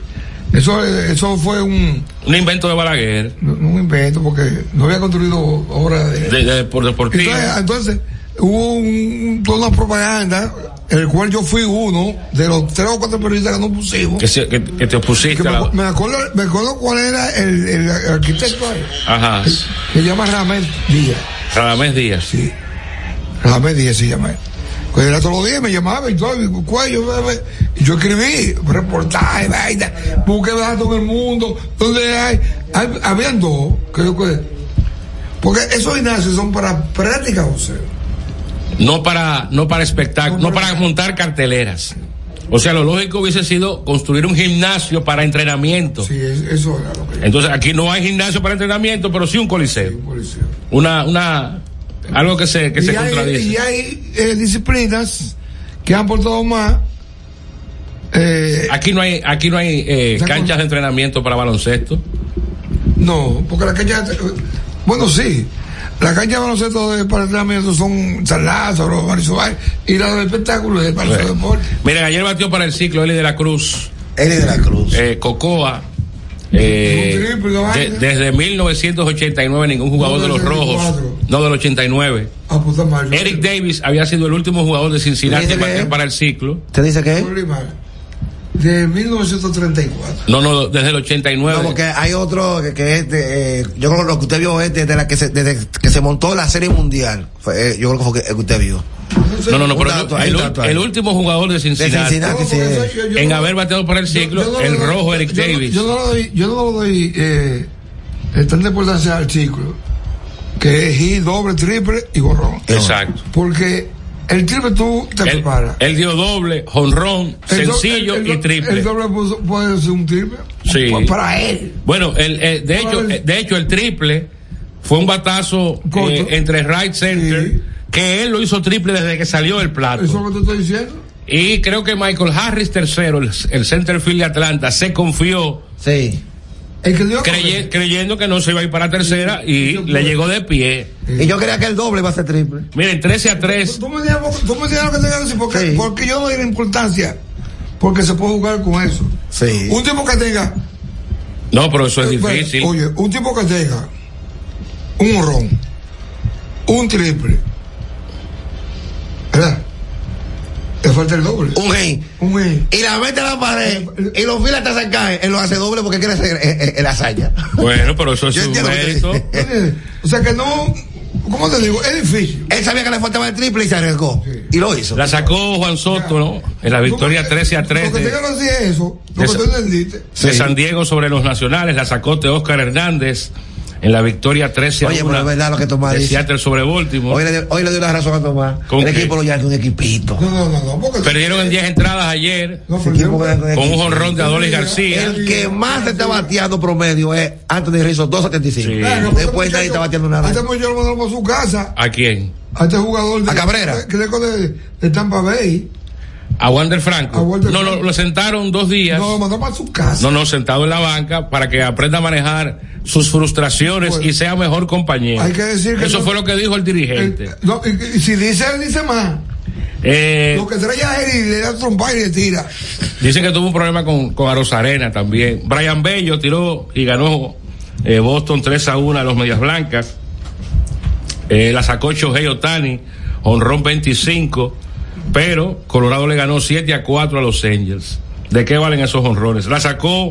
Speaker 3: Eso, eso fue un,
Speaker 1: Un invento de Balaguer.
Speaker 3: un invento porque no había construido obra de...
Speaker 1: de, de- por deportivo.
Speaker 3: Entonces, entonces, hubo un, toda una propaganda en el cual yo fui uno de los tres o cuatro periodistas que no pusimos.
Speaker 1: que, se- que- que te
Speaker 3: Que
Speaker 1: opusiste
Speaker 3: me,
Speaker 1: a la-
Speaker 3: acu- me acuerdo, me acuerdo cuál era el, el arquitecto ahí.
Speaker 1: Ajá.
Speaker 3: Se llama Ramel Díaz.
Speaker 1: Radamés Díaz.
Speaker 3: Sí. Ramel Díaz se llama él. Pues era todos los días me llamaba y todo, y cuello, bla, bla. y yo escribí reportaje, vaina, busqué datos en el mundo, donde hay, hay- habían dos, que yo que- porque esos gimnasios son para práctica, o sea.
Speaker 1: No para, no para espectáculo, no para montar carteleras. O sea, lo lógico hubiese sido construir un gimnasio para entrenamiento.
Speaker 3: Eso era lo que
Speaker 1: Entonces, aquí no hay gimnasio para entrenamiento, pero sí un coliseo. Una, una, algo que se, que se
Speaker 3: y hay,
Speaker 1: contradice.
Speaker 3: y hay, eh, disciplinas que han portado más. eh,
Speaker 1: aquí no hay, aquí no hay eh, canchas de entrenamiento para baloncesto.
Speaker 3: No, porque la cancha. Bueno, sí. La cancha de baloncesto de para entrenamiento son San Lázaro, Marizuay, y la de espectáculos de para
Speaker 1: Bueno.
Speaker 3: deporte.
Speaker 1: Miren, ayer batió para el ciclo Eli de la Cruz.
Speaker 4: Eli de la Cruz.
Speaker 1: Cocoa. eh, de- desde 1989 ningún jugador de los rojos, no del 89.
Speaker 3: Ah,
Speaker 1: Eric Davis había sido el último jugador de Cincinnati en batear para el ciclo.
Speaker 4: ¿Te dice qué?
Speaker 3: De 1934.
Speaker 1: No, no, desde el 89.
Speaker 4: No, porque hay otro que, que es de, eh, yo creo que lo que usted vio es desde la que se, desde que se montó la serie mundial. Fue, eh, yo creo que fue que, el que usted vio.
Speaker 1: No, no, no,
Speaker 4: Un
Speaker 1: pero
Speaker 4: dato ahí,
Speaker 1: el,
Speaker 4: un dato ahí.
Speaker 1: el último jugador de Cincinnati,
Speaker 4: Cincinnati, sí.
Speaker 1: en haber bateado para el ciclo,
Speaker 3: Yo no
Speaker 1: el
Speaker 3: le doy-
Speaker 1: rojo Eric
Speaker 3: yo no-
Speaker 1: Davis.
Speaker 3: Yo no le doy, yo no le doy eh, eh, tanta importancia al ciclo, que es hit, doble, triple y borrón.
Speaker 1: Exacto.
Speaker 3: Porque el triple tú te
Speaker 1: Él,
Speaker 3: preparas.
Speaker 1: él dio doble, jonrón,
Speaker 3: El do-
Speaker 1: sencillo
Speaker 3: el- el
Speaker 1: y
Speaker 3: do-
Speaker 1: triple.
Speaker 3: El doble puso- puede ser un triple.
Speaker 1: Sí.
Speaker 3: Pa- Para él.
Speaker 1: Bueno, el, eh, de, hecho, eh, de hecho, el triple fue un batazo eh, entre right center, que él lo hizo triple desde que salió del plato.
Speaker 3: Eso es lo que te estoy diciendo.
Speaker 1: Y creo que Michael Harris tercero, el, el center field de Atlanta, se confió.
Speaker 4: Sí.
Speaker 1: creye- creyendo que no se iba a ir para tercera y le llegó de pie.
Speaker 4: Y yo creía que el doble iba a ser triple.
Speaker 1: Miren, 13 a 3.
Speaker 3: Tú me digas tú me digas lo que te quiero decir, porque, porque yo no doy la importancia. Porque se puede jugar con eso.
Speaker 4: Sí.
Speaker 3: Un tipo que tenga.
Speaker 1: No, pero eso es
Speaker 3: espera,
Speaker 1: difícil.
Speaker 3: Oye, un tipo que tenga un ron, un triple. ¿Verdad? Le falta el doble.
Speaker 4: Un gen.
Speaker 3: Un gen.
Speaker 4: Y la mete a la pared y lo fila hasta sacar. Él lo hace doble porque quiere hacer eh, eh, eh, la hazaña.
Speaker 1: Bueno, pero eso es
Speaker 4: Yo
Speaker 1: un
Speaker 4: entiendo lo que
Speaker 1: mérito.
Speaker 3: O sea que no. ¿Cómo te digo? Es difícil.
Speaker 4: Él sabía que le faltaba el triple y se arriesgó. Y lo hizo.
Speaker 1: La sacó Juan Soto, ¿no? En la victoria 13 a 3
Speaker 3: Lo que te
Speaker 1: de,
Speaker 3: quiero decir es eso. Lo
Speaker 1: Esa-
Speaker 3: que tú entendiste.
Speaker 1: de San Diego sobre los nacionales. La sacó de Oscar Hernández en la victoria 13 a
Speaker 4: Oye, pero
Speaker 1: 1
Speaker 4: es verdad lo que Tomás
Speaker 1: de
Speaker 4: dice.
Speaker 1: Seattle sobre Baltimore.
Speaker 4: Hoy le, dio- hoy le dio la razón a Tomás.
Speaker 1: ¿Con
Speaker 4: el
Speaker 1: qué?
Speaker 4: equipo lo llama un equipito.
Speaker 3: No, no, no. no
Speaker 1: Perdieron en 10 entradas ayer con un jonrón de Adolis García.
Speaker 4: El que más se está bateando promedio es Anthony Rizzo, 275. Después nadie está bateando nada.
Speaker 3: Este muchacho lo mandaron para su casa.
Speaker 1: ¿A quién?
Speaker 3: A este jugador. De,
Speaker 4: A Cabrera.
Speaker 3: Que de, de, de Tampa Bay.
Speaker 1: A Wander Franco. no, lo, lo sentaron dos días.
Speaker 3: No, lo mandaron para su casa.
Speaker 1: No, no, sentado en la banca para que aprenda a manejar sus frustraciones y sea mejor compañero.
Speaker 3: Hay que decir que
Speaker 1: Eso
Speaker 3: no-
Speaker 1: fue lo que dijo el dirigente.
Speaker 3: Eh, No, y, y si dice él, dice más.
Speaker 1: Eh,
Speaker 3: Lo que trae a él y le da trompa y le tira.
Speaker 1: Dicen que tuvo un problema con, con Arena también. Brian Bello tiró y ganó eh, Boston 3 a 1 a los Medias Blancas. Eh, la sacó Shohei Otani, honrón 25, pero Colorado le ganó 7 a 4 a los Angels. ¿De qué valen esos honrones? La sacó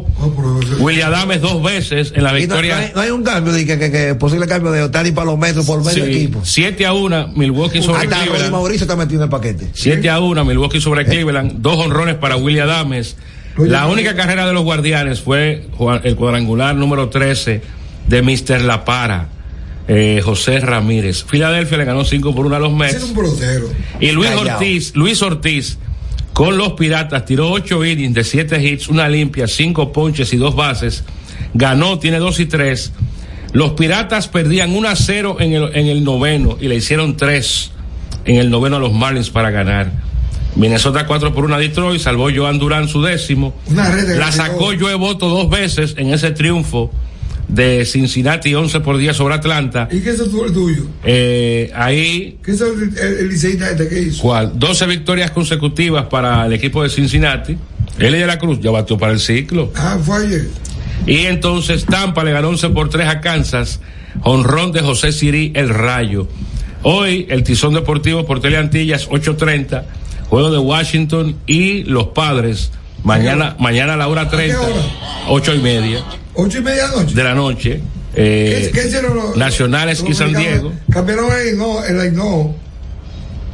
Speaker 1: William Adames dos veces en la
Speaker 4: Y no, no
Speaker 1: victoria.
Speaker 4: hay, no hay un cambio, de que, que- que posible cambio de Otani Palometro por medio
Speaker 1: Sí,
Speaker 4: equipo.
Speaker 1: 7 a 1, Milwaukee sobre
Speaker 4: Hasta Rodri
Speaker 1: Cleveland.
Speaker 4: Mauricio está metido en el paquete.
Speaker 1: 7 a 1, Milwaukee
Speaker 3: Eh.
Speaker 1: sobre Cleveland. Dos honrones para William Adames. La única carrera de los guardianes fue jua- el cuadrangular número 13 de Mr. La Para, eh, José Ramírez. Filadelfia le ganó 5 por 1 a los Mets.
Speaker 3: Es un brotero.
Speaker 1: Y Luis
Speaker 3: Callao.
Speaker 1: Ortiz, Luis Ortiz, con los Piratas, tiró ocho innings de siete hits, una limpia, cinco ponches y dos bases. Ganó, tiene dos y tres. Los Piratas perdían 1 a 0 en el, en el noveno y le hicieron tres en el noveno a los Marlins para ganar. Minnesota 4 por 1 a Detroit, salvó Joan Durán su décimo.
Speaker 3: Una red de
Speaker 1: La
Speaker 3: ganadores.
Speaker 1: sacó Joe Voto dos veces en ese triunfo de Cincinnati 11 por 10 sobre Atlanta.
Speaker 3: ¿Y qué es el tu- el tuyo?
Speaker 1: Eh, ahí
Speaker 3: ¿Qué es el, el, el liceísta este que hizo?
Speaker 1: ¿Cuál? 12 victorias consecutivas para el equipo de Cincinnati. L de la Cruz ya batió para el ciclo.
Speaker 3: Ah, fue ayer.
Speaker 1: Y entonces Tampa le ganó 11 por 3 a Kansas. Honrón de José Sirí, el rayo. Hoy el Tizón Deportivo por Teleantillas, 8.30. Juego de Washington y los padres. Mañana, mañana a la hora 30,
Speaker 3: hora?
Speaker 1: 8 y media
Speaker 3: Ocho y media noche.
Speaker 1: de la noche. eh,
Speaker 3: ¿Qué, qué hicieron los-
Speaker 1: Nacionales
Speaker 3: los
Speaker 1: y San
Speaker 3: americanos?
Speaker 1: Diego.
Speaker 3: Cambiaron el no, el Ainhoa.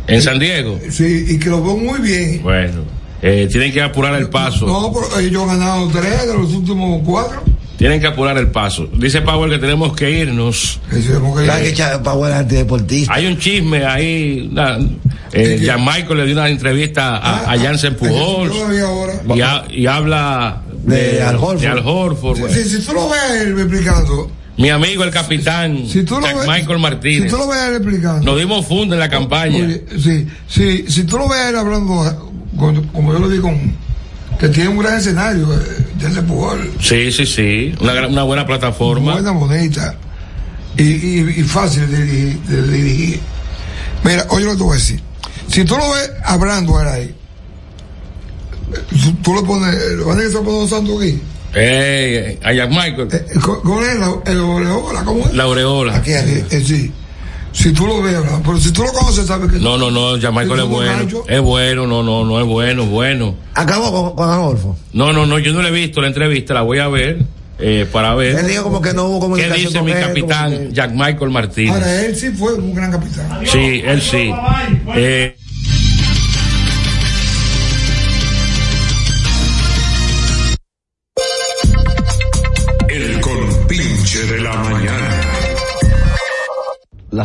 Speaker 1: En San Diego.
Speaker 3: Sí, y que lo veo muy bien.
Speaker 1: Bueno, eh, tienen que apurar el paso.
Speaker 3: No, pero ellos han ganado tres de los últimos cuatro.
Speaker 1: Tienen que apurar el paso. Dice Powell que tenemos que irnos.
Speaker 4: Hay que echar para buena antideportista.
Speaker 1: Hay un chisme ahí. na- eh, Jan Michael le dio una entrevista a,
Speaker 3: Ah,
Speaker 1: a Jansen Pujols
Speaker 3: Todavía ahora.
Speaker 1: y, ha- y habla
Speaker 3: De Al Horford.
Speaker 1: de Al Horford, bueno.
Speaker 3: Si, si tú lo ves a él explicando,
Speaker 1: Mi amigo el capitán Jack Michael
Speaker 3: si
Speaker 1: Martínez.
Speaker 3: tú lo ves Oh, a él explicando,
Speaker 1: Nos dimos funda en la campaña.
Speaker 3: Oye, sí, sí, si tú lo ves a él hablando, con- como yo lo digo, con- que tiene un gran escenario, eh, de ese Pujol,
Speaker 1: Sí, sí, sí. Una, gran- una buena plataforma.
Speaker 3: buena moneta y, y- y fácil de, dirigir- de dirigir. Mira, oye lo que te voy a decir. Si tú lo ves hablando a él ahí, tú, tú le pones, lo van a decir que se pone un santo aquí.
Speaker 1: Eh, a Jack Michael.
Speaker 3: ¿Con con él, la, el oreola, ¿cómo es?
Speaker 1: La aureola.
Speaker 3: Aquí, aquí, eh, sí. Si tú lo ves, ¿verdad? pero si tú lo conoces, sabes que
Speaker 1: No, no, no. Jack Michael es bueno. Es bueno, no, no, no es bueno, bueno.
Speaker 4: Acabó con, con Adolfo.
Speaker 1: No, no, no, yo no le he visto la entrevista, la voy a ver eh, para ver.
Speaker 4: Él dijo como que no hubo
Speaker 1: ¿Qué
Speaker 4: comunicación
Speaker 1: dice
Speaker 4: con
Speaker 1: mi
Speaker 4: él,
Speaker 1: capitán Jack Michael Martínez?
Speaker 3: Ahora, él sí fue un gran capitán.
Speaker 1: Sí, él sí. Eh,
Speaker 12: El compinche de la mañana.
Speaker 16: La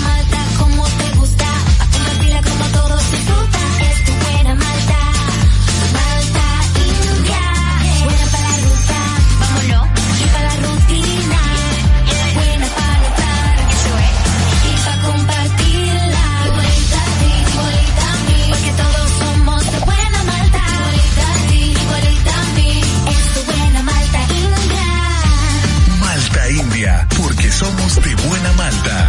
Speaker 15: malta como te gusta, pa' compartirla como todos disfrutan. Es tu buena malta, malta india, buena para la ruta, vámonos, y para la rutina, buena para notar, eso es, y para compartirla. Igualita a ti, igualita a mí, porque todos somos de buena malta. Igualita a ti, igualita a mí, es tu buena malta india.
Speaker 9: Malta India, porque somos de buena malta.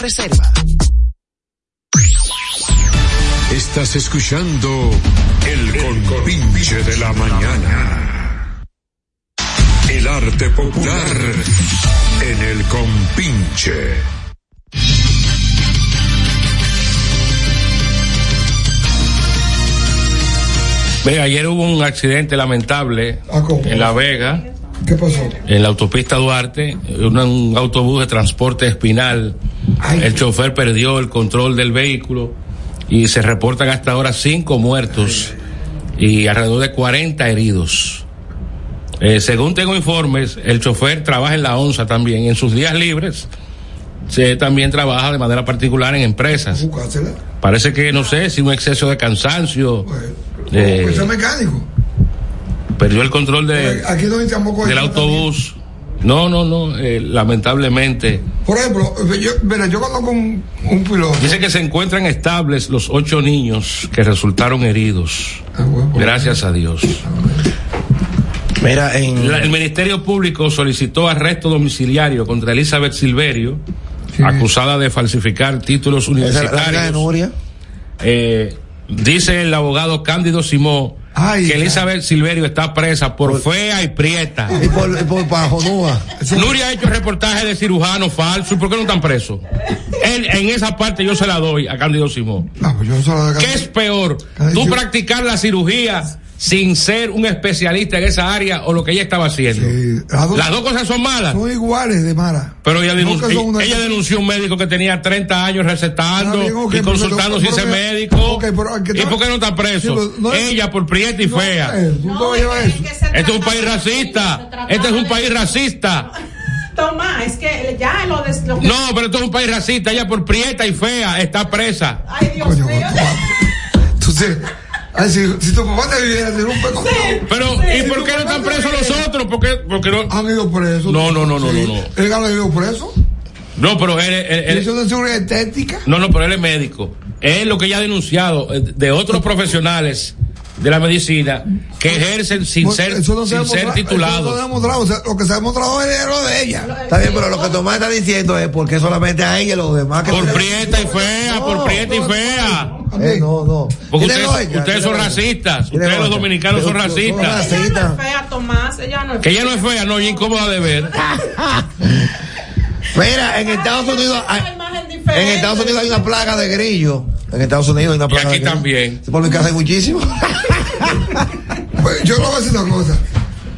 Speaker 14: Reserva.
Speaker 12: Estás escuchando el compinche de la mañana. El arte popular en el compinche.
Speaker 1: Ve, ayer hubo un accidente lamentable
Speaker 3: Ah,
Speaker 1: en La Vega,
Speaker 3: ¿Qué pasó?
Speaker 1: en la autopista Duarte, un, un autobús de transporte espinal. El chofer perdió el control del vehículo y se reportan hasta ahora cinco muertos y alrededor de 40 heridos. Eh, según tengo informes, el chofer trabaja en la ONSA también. En sus días libres, se también trabaja de manera particular en empresas.
Speaker 3: Búscatela.
Speaker 1: Parece que, no sé, si un exceso de cansancio. eh,
Speaker 3: Pues es mecánico.
Speaker 1: perdió el control de,
Speaker 3: Aquí no hay tampoco.
Speaker 1: del autobús. No, no, no, eh, lamentablemente.
Speaker 3: Por ejemplo, eh, yo, mira, yo conozco un, un piloto.
Speaker 1: Dice que se encuentran estables los ocho niños que resultaron heridos. Gracias a Dios.
Speaker 4: Mira, en.
Speaker 1: La- el Ministerio Público solicitó arresto domiciliario contra Elizabeth Silverio, acusada de falsificar títulos universitarios. Eh, dice el abogado Cándido Simó que Elizabeth Silverio está presa por, fea y prieta.
Speaker 4: Y por, y por Pajonúa.
Speaker 1: Nuria ha hecho reportajes de cirujanos falsos. ¿Y por qué no están presos? Él- en esa parte yo se la doy a Cándido Simón.
Speaker 3: pues
Speaker 1: ¿Qué es peor? ¿Tú practicar la cirugía sin ser un especialista en esa área o lo que ella estaba haciendo?
Speaker 3: las dos-
Speaker 1: Las dos cosas son malas.
Speaker 3: Son iguales de Mara.
Speaker 1: Pero ella denunció,
Speaker 3: Nunca son una-
Speaker 1: ella denunció a un médico que tenía 30 años recetando
Speaker 3: Está bien, ok,
Speaker 1: y
Speaker 3: pero-
Speaker 1: consultando si
Speaker 3: pero-
Speaker 1: ese
Speaker 3: pero-
Speaker 1: médico.
Speaker 3: que
Speaker 1: ¿Y
Speaker 3: está-
Speaker 1: por qué no está
Speaker 3: Sí,
Speaker 1: preso?
Speaker 3: pero no es-
Speaker 1: ella por prieta y
Speaker 3: No,
Speaker 1: fea.
Speaker 3: eh, tú no llevas eso.
Speaker 1: Este es un país racista. Este es un país racista.
Speaker 5: Tomás, es que ya lo des. lo-
Speaker 1: No, pero esto es un país racista. Ella por prieta y fea está presa.
Speaker 5: Ay, Dios mío.
Speaker 3: Entonces, ay, si, si tu papá te pues, viviera, te un peco.
Speaker 1: Pero, ¿y por qué no están presos los otros? ¿Por qué, por qué no?
Speaker 3: Han ido presos.
Speaker 1: No, no, no, no,
Speaker 3: Sí.
Speaker 1: no, no.
Speaker 3: Él ha ido preso.
Speaker 1: No, pero él, él- él-
Speaker 3: Eso de seguridad estética.
Speaker 1: no, no, pero él es médico. Es lo que ya ha denunciado eh, de otros profesionales de la medicina que ejercen sin
Speaker 3: Bueno,
Speaker 1: ser,
Speaker 3: eso no se ha
Speaker 1: sin ser
Speaker 3: demostrado- Eso no se ha
Speaker 1: titulados.
Speaker 3: demostrado. O sea, lo que se ha demostrado es el error de ella.
Speaker 4: Está bien, pero lo que Tomás está diciendo es porque solamente a ella y los demás que.
Speaker 1: Por prieta y fea, por prieta y fea.
Speaker 4: Eh, no, no.
Speaker 1: Porque
Speaker 4: Tiene
Speaker 1: ustedes,
Speaker 4: lógica,
Speaker 1: ustedes son
Speaker 4: tiene lógica.
Speaker 1: racistas.
Speaker 4: Tiene
Speaker 1: Ustedes los
Speaker 4: lógica.
Speaker 1: dominicanos son
Speaker 4: Pero- pero-
Speaker 1: racistas.
Speaker 5: Ella no es fea, Tomás. Ella no es
Speaker 1: Que
Speaker 5: (laughs)
Speaker 1: ella no es fea, no, y incómoda de ver.
Speaker 4: Mira, en Estados Unidos. hay- En Estados Unidos hay una plaga de grillo. En Estados Unidos hay una plaga de
Speaker 1: aquí
Speaker 4: grillo.
Speaker 1: también.
Speaker 4: Por mi casa hay muchísimo.
Speaker 3: (laughs) Pues, yo le voy a decir una cosa.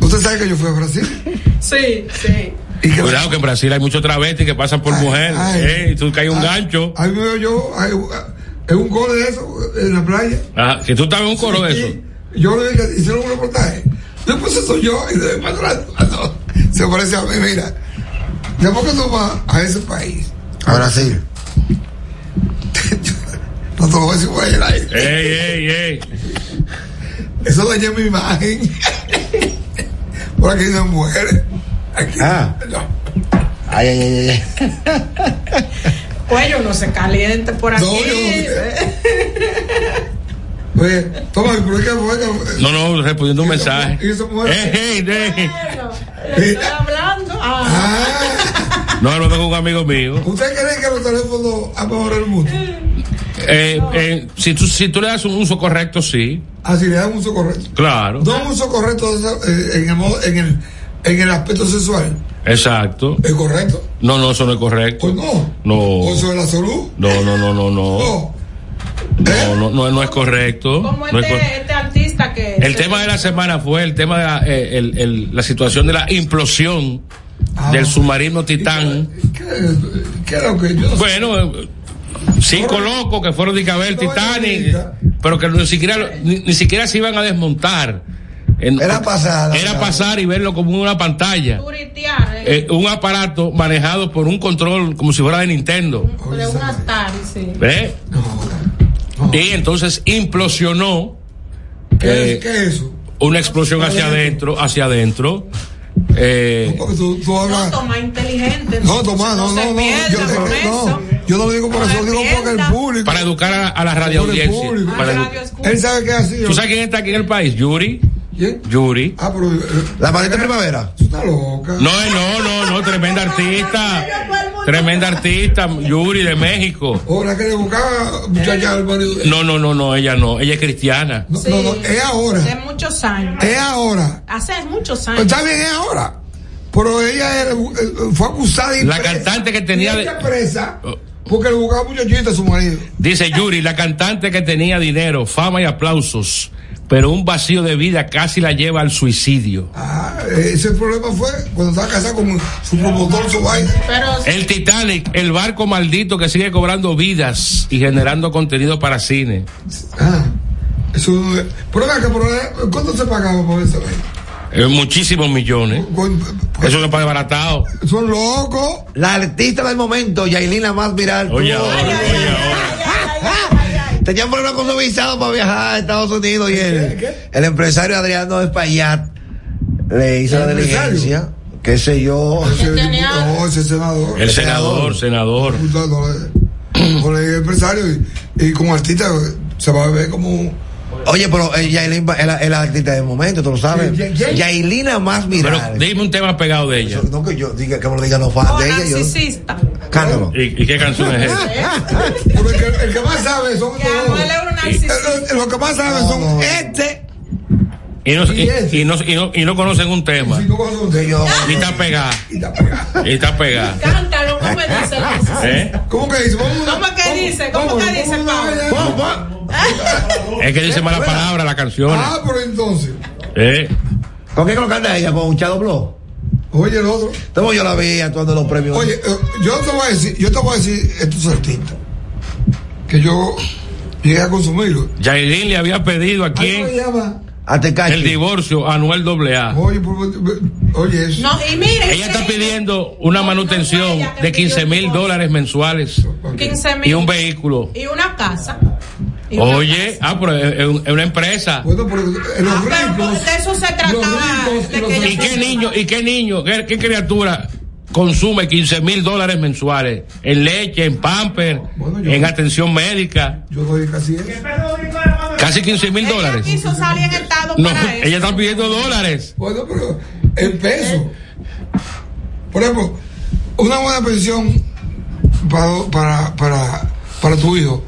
Speaker 3: Usted sabe que yo fui a Brasil.
Speaker 5: Sí, sí.
Speaker 1: Cuidado que en Brasil hay muchos travestis que pasan por mujeres.
Speaker 3: ay.
Speaker 1: Eh, y tú caes un gancho.
Speaker 3: Ahí me veo yo. ahí, es un coro de eso en la playa.
Speaker 1: Ajá, que tú estás en un coro de eso.
Speaker 3: Yo le dije, hicieron un reportaje. Después soy yo y de más atrás, no, se parece a mí, mira. Después que tú vas a ese país,
Speaker 4: A Brasil.
Speaker 3: no te lo voy a decir por ahí al aire.
Speaker 1: Ey, ey, ey.
Speaker 3: Eso dañó mi imagen. Por aquí no hay mujeres. Aquí. no.
Speaker 4: Ay, ay, ay, ay.
Speaker 5: Cuello no se caliente por aquí.
Speaker 3: No, Oye, toma, ¿por qué? ¿Por qué?
Speaker 1: No, no, respondiendo un mensaje. Eh,
Speaker 3: Y esa mujer-
Speaker 1: Ey, ey, ey.
Speaker 5: Le estoy hablando. Ah.
Speaker 1: No, no tengo un amigo mío.
Speaker 3: ¿Usted cree que los teléfonos han mejorado el mundo?
Speaker 1: Eh, eh, si, tú, si tú le das un uso correcto, sí.
Speaker 3: Así le dan un uso correcto.
Speaker 1: Claro.
Speaker 3: No un uso correcto de esa- eh, en, el, modo- en, el, en el aspecto sexual.
Speaker 1: Exacto.
Speaker 3: ¿Es correcto?
Speaker 1: No, no, eso no es correcto.
Speaker 3: Pues no.
Speaker 1: No.
Speaker 3: ¿O sobre la salud?
Speaker 1: No, no, no, no, no. No, no, no, no es correcto.
Speaker 5: Como
Speaker 1: No es cor-
Speaker 5: este, este artista que.
Speaker 1: El tema de la semana fue el tema de la, eh, el- el- la situación de la implosión
Speaker 4: Ah.
Speaker 1: del submarino Titán. Bueno, eh, cinco locos que fueron de que a ver Titanic, pero que ni siquiera, lo- ni, ni siquiera se iban a desmontar. En-
Speaker 4: Era pasada,
Speaker 1: Era
Speaker 4: claro.
Speaker 1: pasar y verlo como una pantalla.
Speaker 5: Turitear, eh,
Speaker 1: Eh, un aparato manejado por un control como si fuera de Nintendo.
Speaker 5: de un Atari, sí.
Speaker 1: ¿Ve? Y entonces implosionó.
Speaker 3: Oh. ¿Qué,
Speaker 1: eh,
Speaker 3: es, ¿Qué es eso?
Speaker 1: una explosión hacia adentro, hacia adentro. Eh,
Speaker 3: Tú, tú hablas.
Speaker 5: Toma inteligente.
Speaker 3: No, Tomás, no,
Speaker 5: se
Speaker 3: no, no.
Speaker 5: pierda
Speaker 3: Yo,
Speaker 5: con
Speaker 3: eh,
Speaker 5: eso.
Speaker 3: no, yo no lo digo por eso, lo digo porque el público.
Speaker 1: para educar a, a la
Speaker 3: Por el
Speaker 1: radioaudiencia.
Speaker 3: público.
Speaker 1: para edu-
Speaker 3: Él sabe que es así.
Speaker 1: ¿Tú sabes quién está aquí en el país? Yuri.
Speaker 3: ¿Quién?
Speaker 1: Yuri.
Speaker 3: Ah, pero.
Speaker 4: La maleta primavera.
Speaker 3: Está loca.
Speaker 1: No, eh, no, no, no, tremenda artista. Tremenda artista, Yuri de México.
Speaker 3: Ahora que le buscaba muchacha al marido.
Speaker 1: No, no, no, no, ella no, ella es cristiana.
Speaker 3: No, no, no, es ahora.
Speaker 5: Hace muchos años.
Speaker 3: Es ahora.
Speaker 5: Hace muchos
Speaker 3: Pues
Speaker 5: años.
Speaker 3: Está bien, es ahora. Pero ella era- fue acusada y
Speaker 1: La
Speaker 3: presa.
Speaker 1: cantante que tenía
Speaker 3: Y
Speaker 1: de- Oh.
Speaker 3: ella presa porque le buscaba muchachita a su marido.
Speaker 1: Dice Yuri, la cantante que tenía dinero, fama y aplausos, pero un vacío de vida casi la lleva al suicidio.
Speaker 3: Ah,
Speaker 4: eh,
Speaker 3: ese problema fue cuando estaba casada con su promotor, su vaina.
Speaker 1: El Titanic, el barco maldito que sigue cobrando vidas y generando contenido para cine.
Speaker 3: Ah, eso. Pero venga, pero, eh, ¿cuánto se pagaba por eso?
Speaker 1: Eh, muchísimos millones. Eso no es para desbaratado.
Speaker 3: Son locos.
Speaker 4: La artista del momento, Yailin, la más viral.
Speaker 1: Oye,
Speaker 4: tuvo-
Speaker 1: ahora, oye,
Speaker 4: Tenía un problema con su visado para viajar a Estados Unidos y el, el empresario Adriano Espaillat le hizo la
Speaker 3: empresario?
Speaker 4: diligencia. ¿Qué sé yo?
Speaker 3: Ese diputado, ese senador.
Speaker 1: El senador, senador.
Speaker 3: Diputado, eh, Con el empresario y, y con artista eh, se va a ver como.
Speaker 4: Oye, pero eh, Yailin va- es la, es la artista del momento, tú lo sabes.
Speaker 3: Sí, ya- ya-
Speaker 4: Yailin la más
Speaker 1: Pero
Speaker 4: viral.
Speaker 1: dime un tema pegado de ella.
Speaker 4: eh. no que yo diga que me lo digan los fans de ella. Yo,
Speaker 5: Narcisista.
Speaker 4: cántalo.
Speaker 1: ¿Y, y qué canción es esa?
Speaker 3: Ah, Pero el, que, el que más sabe son
Speaker 5: Ya, no, él era un narcisista.
Speaker 3: Eh, lo- Lo que más sabe son este.
Speaker 1: Y no, y, y no, y no- y no conocen un tema.
Speaker 3: No conocen un señor.
Speaker 1: Y está pegada.
Speaker 3: Y está pegada.
Speaker 1: Y está pegada.
Speaker 5: Cántalo, ¿cómo me dice?
Speaker 1: ¿Eh?
Speaker 3: (laughs) ¿Cómo que dice? Vamos a-
Speaker 5: ¿Cómo que dice? ¿Cómo que dice, Pablo?
Speaker 3: Vamos, vamos.
Speaker 1: Es que dice mala palabra la canción.
Speaker 3: Ah, pero entonces.
Speaker 1: ¿Eh?
Speaker 4: ¿Con qué canta ella? ¿Con Chado Blow?
Speaker 3: Oye, el otro.
Speaker 4: Entonces yo la vi actuando en los premios.
Speaker 3: Oye, eh, yo te voy a decir, yo te voy a decir estos artistas que yo llegué a consumirlos.
Speaker 1: Yailin le había pedido a
Speaker 3: ¿Cómo se
Speaker 1: quién
Speaker 3: llama?
Speaker 1: el divorcio a Anuel AA.
Speaker 3: Oye, por- oye, eso.
Speaker 5: No, y mire,
Speaker 1: Ella está pidiendo una manutención de 15 mil dólares mensuales
Speaker 5: 15 mil.
Speaker 1: y un vehículo.
Speaker 5: Y una casa. Y una
Speaker 1: Oye, ah, pero es- es un- es una empresa.
Speaker 3: Bueno, pero eh, los
Speaker 5: Ah, pero
Speaker 3: ricos.
Speaker 5: de eso se trataba,
Speaker 3: Los ricos
Speaker 5: de
Speaker 3: y los
Speaker 5: que
Speaker 1: ¿Y
Speaker 5: ellos-
Speaker 1: qué niño, y qué niño, qué, qué criatura consume 15 mil dólares mensuales en leche, en pamper, en atención médica?
Speaker 3: Yo doy casi eso.
Speaker 1: Casi 15 mil
Speaker 5: Ella
Speaker 1: dólares.
Speaker 5: quiso salir en estado
Speaker 1: No,
Speaker 5: para eso.
Speaker 1: ella está pidiendo dólares.
Speaker 3: Bueno, pero en peso. Por ejemplo, una buena pensión para, para, para, para tu hijo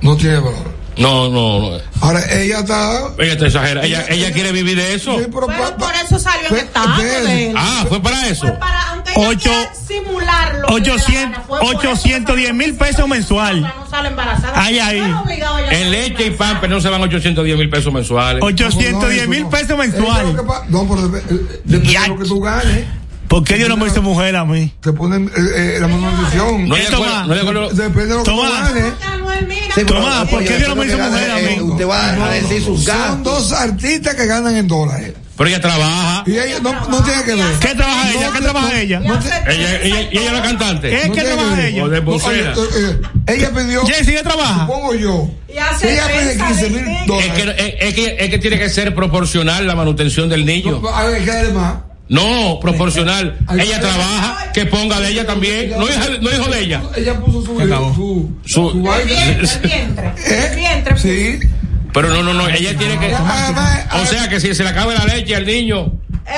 Speaker 3: no tiene valor.
Speaker 1: No, no, no.
Speaker 3: Ahora, ella está.
Speaker 1: Ella está exagera. Ella, ella quiere vivir de eso.
Speaker 3: Sí, pero
Speaker 5: Pero
Speaker 3: pa- pa-
Speaker 5: por eso salió en
Speaker 3: Fue-
Speaker 5: estado de él.
Speaker 1: Ah, fue para eso.
Speaker 5: Para, aunque ella
Speaker 7: Ocho-
Speaker 5: quiera simularlo.
Speaker 7: 800, 810 mil pesos mensual.
Speaker 5: No sale embarazada.
Speaker 7: Ay, ay.
Speaker 5: No era obligado ella a
Speaker 1: En
Speaker 5: salir
Speaker 1: leche y
Speaker 5: embarazada.
Speaker 1: pamper no se van 810 mil pesos mensuales.
Speaker 7: 810 mil pesos
Speaker 3: Eso es lo
Speaker 7: mensual.
Speaker 3: que pa- No, pero dep- eh, depende de lo que tú ganes.
Speaker 7: ¿Por qué Dios no me hizo mujer a mí? Eh,
Speaker 3: Te ponen eh, eh, la manutención.
Speaker 1: No hay
Speaker 7: Esto
Speaker 1: acuerdo-
Speaker 7: va.
Speaker 1: no hay acuerdo-
Speaker 3: Depende de lo que tú
Speaker 7: Toma.
Speaker 3: ganes.
Speaker 5: Ah, no, él mira.
Speaker 4: Sí, pero-
Speaker 7: Tomás, ¿por
Speaker 4: oye,
Speaker 7: qué Dios no
Speaker 4: eso
Speaker 7: me
Speaker 4: que
Speaker 7: hizo
Speaker 4: gana,
Speaker 7: mujer a
Speaker 4: eh,
Speaker 7: mí?
Speaker 4: Usted va a decir sus
Speaker 3: Son
Speaker 4: gastos.
Speaker 3: dos artistas que ganan en dólares.
Speaker 1: Pero ella trabaja.
Speaker 3: Y ella no, no tiene que ver.
Speaker 7: ¿Qué trabaja ella? ¿Qué trabaja ella?
Speaker 1: Ella, ella, y ella es la cantante.
Speaker 7: ¿Eh?
Speaker 3: No
Speaker 7: ¿Qué
Speaker 3: tiene
Speaker 7: trabaja
Speaker 3: que ver.
Speaker 7: ella?
Speaker 1: O de vocera.
Speaker 3: No, oye, eh, ella pidió,
Speaker 7: Jessy, ¿qué trabaja?
Speaker 3: supongo yo,
Speaker 5: Y hace
Speaker 3: ella pide
Speaker 5: prensa
Speaker 3: 15
Speaker 5: de-
Speaker 3: mil
Speaker 5: de-
Speaker 1: Es que,
Speaker 3: dólares.
Speaker 1: es, es que, es que tiene que ser proporcional la manutención del niño.
Speaker 3: A ver, ¿qué además?
Speaker 1: No, proporcional. Ella trabaja, que ponga de ella también. No hijo, no hijo de ella.
Speaker 3: Ella puso su, su,
Speaker 1: Su-
Speaker 3: su
Speaker 5: El
Speaker 3: vaina.
Speaker 5: vientre,
Speaker 1: (laughs)
Speaker 5: el vientre.
Speaker 3: ¿Eh?
Speaker 5: El vientre.
Speaker 3: Sí.
Speaker 1: Pero no, no, no. Ella tiene que.
Speaker 3: Además,
Speaker 1: O sea que si se le acaba la leche al niño,
Speaker 5: Eh,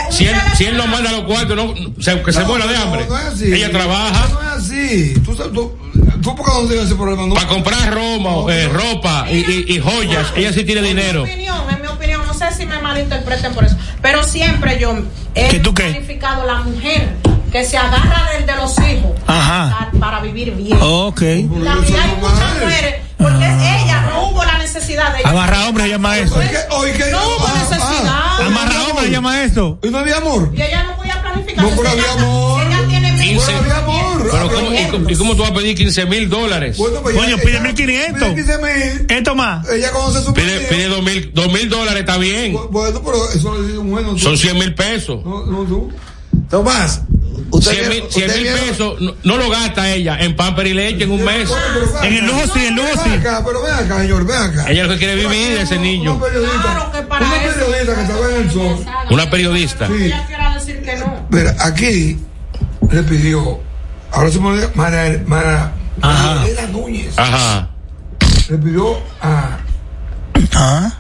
Speaker 5: un
Speaker 1: si él, si él no
Speaker 5: teléfono.
Speaker 1: manda a los cuartos, no, se- que se
Speaker 3: No,
Speaker 1: muera de
Speaker 3: no,
Speaker 1: hambre.
Speaker 3: no es así.
Speaker 1: Ella trabaja
Speaker 3: No es así. Tú, sabes, tú, tú por qué no tienes ese problema. No,
Speaker 1: para comprar Roma, eh, ropa y, y- y joyas. Ella sí tiene dinero.
Speaker 5: En mi opinión, en mi opinión, no sé si me malinterpreten por eso, pero siempre yo he
Speaker 7: ¿Que tú qué?
Speaker 5: calificado a la mujer que se agarra del de los hijos
Speaker 7: Ajá.
Speaker 5: para- para vivir bien.
Speaker 7: Ok.
Speaker 5: La vida hay muchas mujeres, porque es ella, no hubo la necesidad de ella.
Speaker 7: Ah. Amarra hombre se llama eso.
Speaker 3: Oye, que- oye, que-
Speaker 5: No hubo
Speaker 3: ah, ah.
Speaker 5: necesidad.
Speaker 7: Amarra hombre se llama eso.
Speaker 3: ¿Y no había amor?
Speaker 5: Y ella no podía planificar.
Speaker 3: No, pero
Speaker 5: si ella-
Speaker 3: había amor.
Speaker 5: si ella tiene
Speaker 3: Bueno,
Speaker 1: Sí.
Speaker 3: había amor.
Speaker 1: Pero
Speaker 3: había
Speaker 1: ¿cómo, y,
Speaker 3: amor.
Speaker 1: cómo- y cómo tú vas a pedir 15 mil dólares?
Speaker 3: Bueno, pues
Speaker 7: Coño,
Speaker 3: ella-
Speaker 7: pide
Speaker 3: ella-
Speaker 7: 1500.
Speaker 3: Pide 15.000.
Speaker 7: Esto más.
Speaker 3: Ella conoce su
Speaker 1: Pide,
Speaker 3: marido.
Speaker 1: pide 2 mil dos mil dólares, está bien.
Speaker 3: Bu- Bueno, pero eso le digo, bueno. tú-
Speaker 1: Son 100 mil pesos.
Speaker 3: No, no, tú.
Speaker 4: Tomás, usted
Speaker 1: 100
Speaker 4: vieron-
Speaker 1: mil, 100
Speaker 4: usted
Speaker 1: mil
Speaker 4: vieron-
Speaker 1: pesos no, no lo gasta ella en pamper y leche en un mes.
Speaker 3: Bueno, pero ven
Speaker 7: En el
Speaker 3: acá.
Speaker 7: lujo sí, en el lujo sí.
Speaker 3: Ven acá, pero ven acá, señor, ven acá.
Speaker 1: Ella lo que quiere vivir es ese
Speaker 3: Una-
Speaker 1: niño.
Speaker 3: Una periodista,
Speaker 5: Claro que para
Speaker 3: una
Speaker 5: eso-
Speaker 3: periodista que estaba en el sol.
Speaker 1: Una periodista.
Speaker 3: Sí.
Speaker 5: Ella quiera decir que no.
Speaker 3: Mira, aquí le pidió, ahora se me olvidó, Mara, Mara,
Speaker 7: Ajá.
Speaker 3: Magdalena Núñez,
Speaker 1: Ajá.
Speaker 3: le pidió a,
Speaker 7: Ah.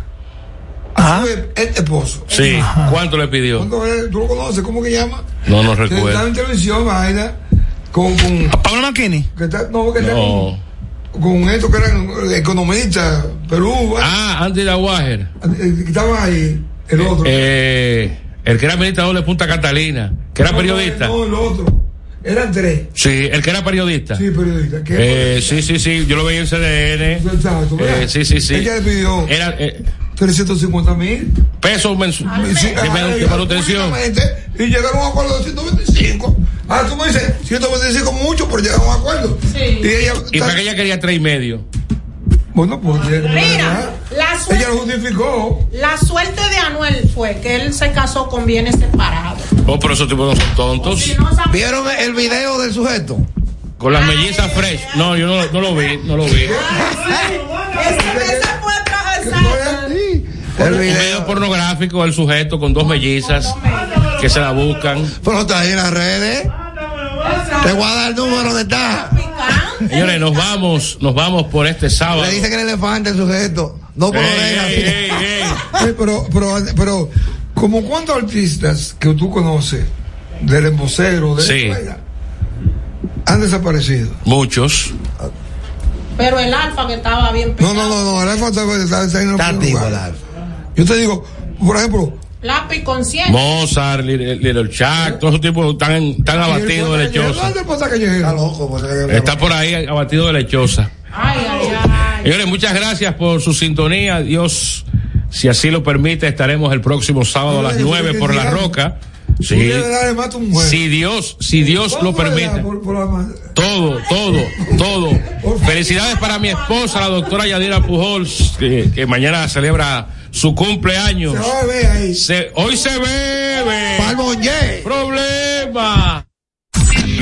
Speaker 3: a Sube el esposo.
Speaker 1: Sí. ¿Cuánto le pidió?
Speaker 3: ¿Cuánto es? ¿Tú lo conoces? ¿Cómo que llama?
Speaker 1: No, no
Speaker 3: Que Estaba
Speaker 1: recuerdo.
Speaker 3: en televisión, vaina. Con, con, ¿A
Speaker 7: Pablo McKinney?
Speaker 3: Que está, no, que está
Speaker 1: No.
Speaker 3: con, con estos que eran economistas, Perú.
Speaker 1: Ah, Andy Dawager.
Speaker 3: Estaban ahí. El otro.
Speaker 1: Eh, el que era administrador de Punta Catalina, que era
Speaker 3: No,
Speaker 1: periodista.
Speaker 3: No, el otro. Eran tres.
Speaker 1: Sí, el que era periodista.
Speaker 3: Sí, periodista.
Speaker 1: Eh, sí, sí, sí, yo lo veía en CDN.
Speaker 3: Exacto, ¿verdad?
Speaker 1: Eh, sí, sí, sí.
Speaker 3: Ella le pidió
Speaker 1: Era eh,
Speaker 3: 350 mil.
Speaker 1: pesos mensuales.
Speaker 3: Sí, ah, eh,
Speaker 1: de men- de manutención.
Speaker 3: públicamente, Y llegaron a un acuerdo de 125. Ahora tú me dices, 125 mucho, pero llegaron a un acuerdo. Y ella.
Speaker 1: Y para que ella quería tres y medio.
Speaker 3: Bueno, pues.
Speaker 5: Mira, la suerte,
Speaker 3: justificó.
Speaker 5: la suerte de Anuel fue que él se casó con bienes separados.
Speaker 1: Oh, pero esos tipos no son tontos.
Speaker 4: ¿Vieron el video del sujeto?
Speaker 1: Con las mellizas fresh. No, yo no, no lo vi, no lo vi.
Speaker 4: El
Speaker 1: Un video pornográfico del sujeto con dos mellizas que se la buscan.
Speaker 4: Pero está ahí en las redes. Te voy a dar el número de está.
Speaker 1: Señores, nos vamos, nos vamos por este sábado.
Speaker 4: Le dice que el elefante el sujeto. No por
Speaker 1: Ey,
Speaker 4: oreja.
Speaker 1: ey, ey, ey.
Speaker 3: Eh, pero, pero, pero, como cuántos artistas que tú conoces, del embocero, de
Speaker 1: Sí.
Speaker 3: vaina, han desaparecido.
Speaker 1: Muchos.
Speaker 5: Pero el alfa que estaba bien
Speaker 3: No, no,
Speaker 5: pegado.
Speaker 3: no, no, el alfa está, está, está en otro lugar. Yo te digo, por ejemplo,
Speaker 5: Lápiz consciente.
Speaker 1: Mozart, Little Little Chuck, todos esos tipos están, están abatidos de lechosa.
Speaker 3: pues, Está loco,
Speaker 4: pues,
Speaker 3: porque-
Speaker 1: Está por ahí abatido de lechosa.
Speaker 5: Ay, ay,
Speaker 1: Señores, muchas gracias por su sintonía. Dios, si así lo permite, estaremos el próximo sábado a las 9 por La Roca.
Speaker 3: tú
Speaker 1: Sí.
Speaker 3: le das de mato a un juez.
Speaker 1: Si Dios, si Dios lo
Speaker 3: ¿Cuánto le das
Speaker 1: permite.
Speaker 3: por- por la ma-
Speaker 1: Todo, todo, todo. Felicidades para mi esposa, la doctora Yadira Pujols, que, que mañana celebra su cumpleaños.
Speaker 3: Se va a beber ahí.
Speaker 1: Se- hoy se bebe. Problema.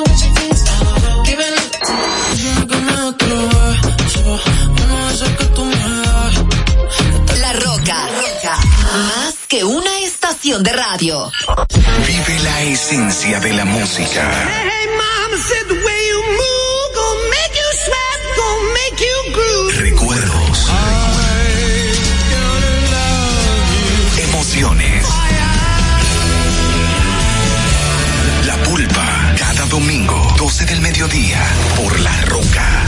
Speaker 15: what she thinks. Giving up.
Speaker 17: La Roca, Roca, más que una estación de radio.
Speaker 9: Vive la esencia de la música. Recuerdos. Emociones. La pulpa. Cada domingo, 12 del mediodía. Por La Roca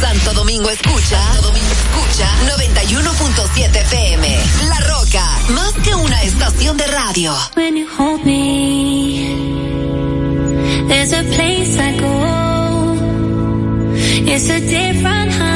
Speaker 17: Santo Domingo escucha, Santo Domingo escucha 91.7 FM. La Roca, más que una estación de radio.
Speaker 15: When you hold me, there's a place I go. It's a different high. Oh, Oh,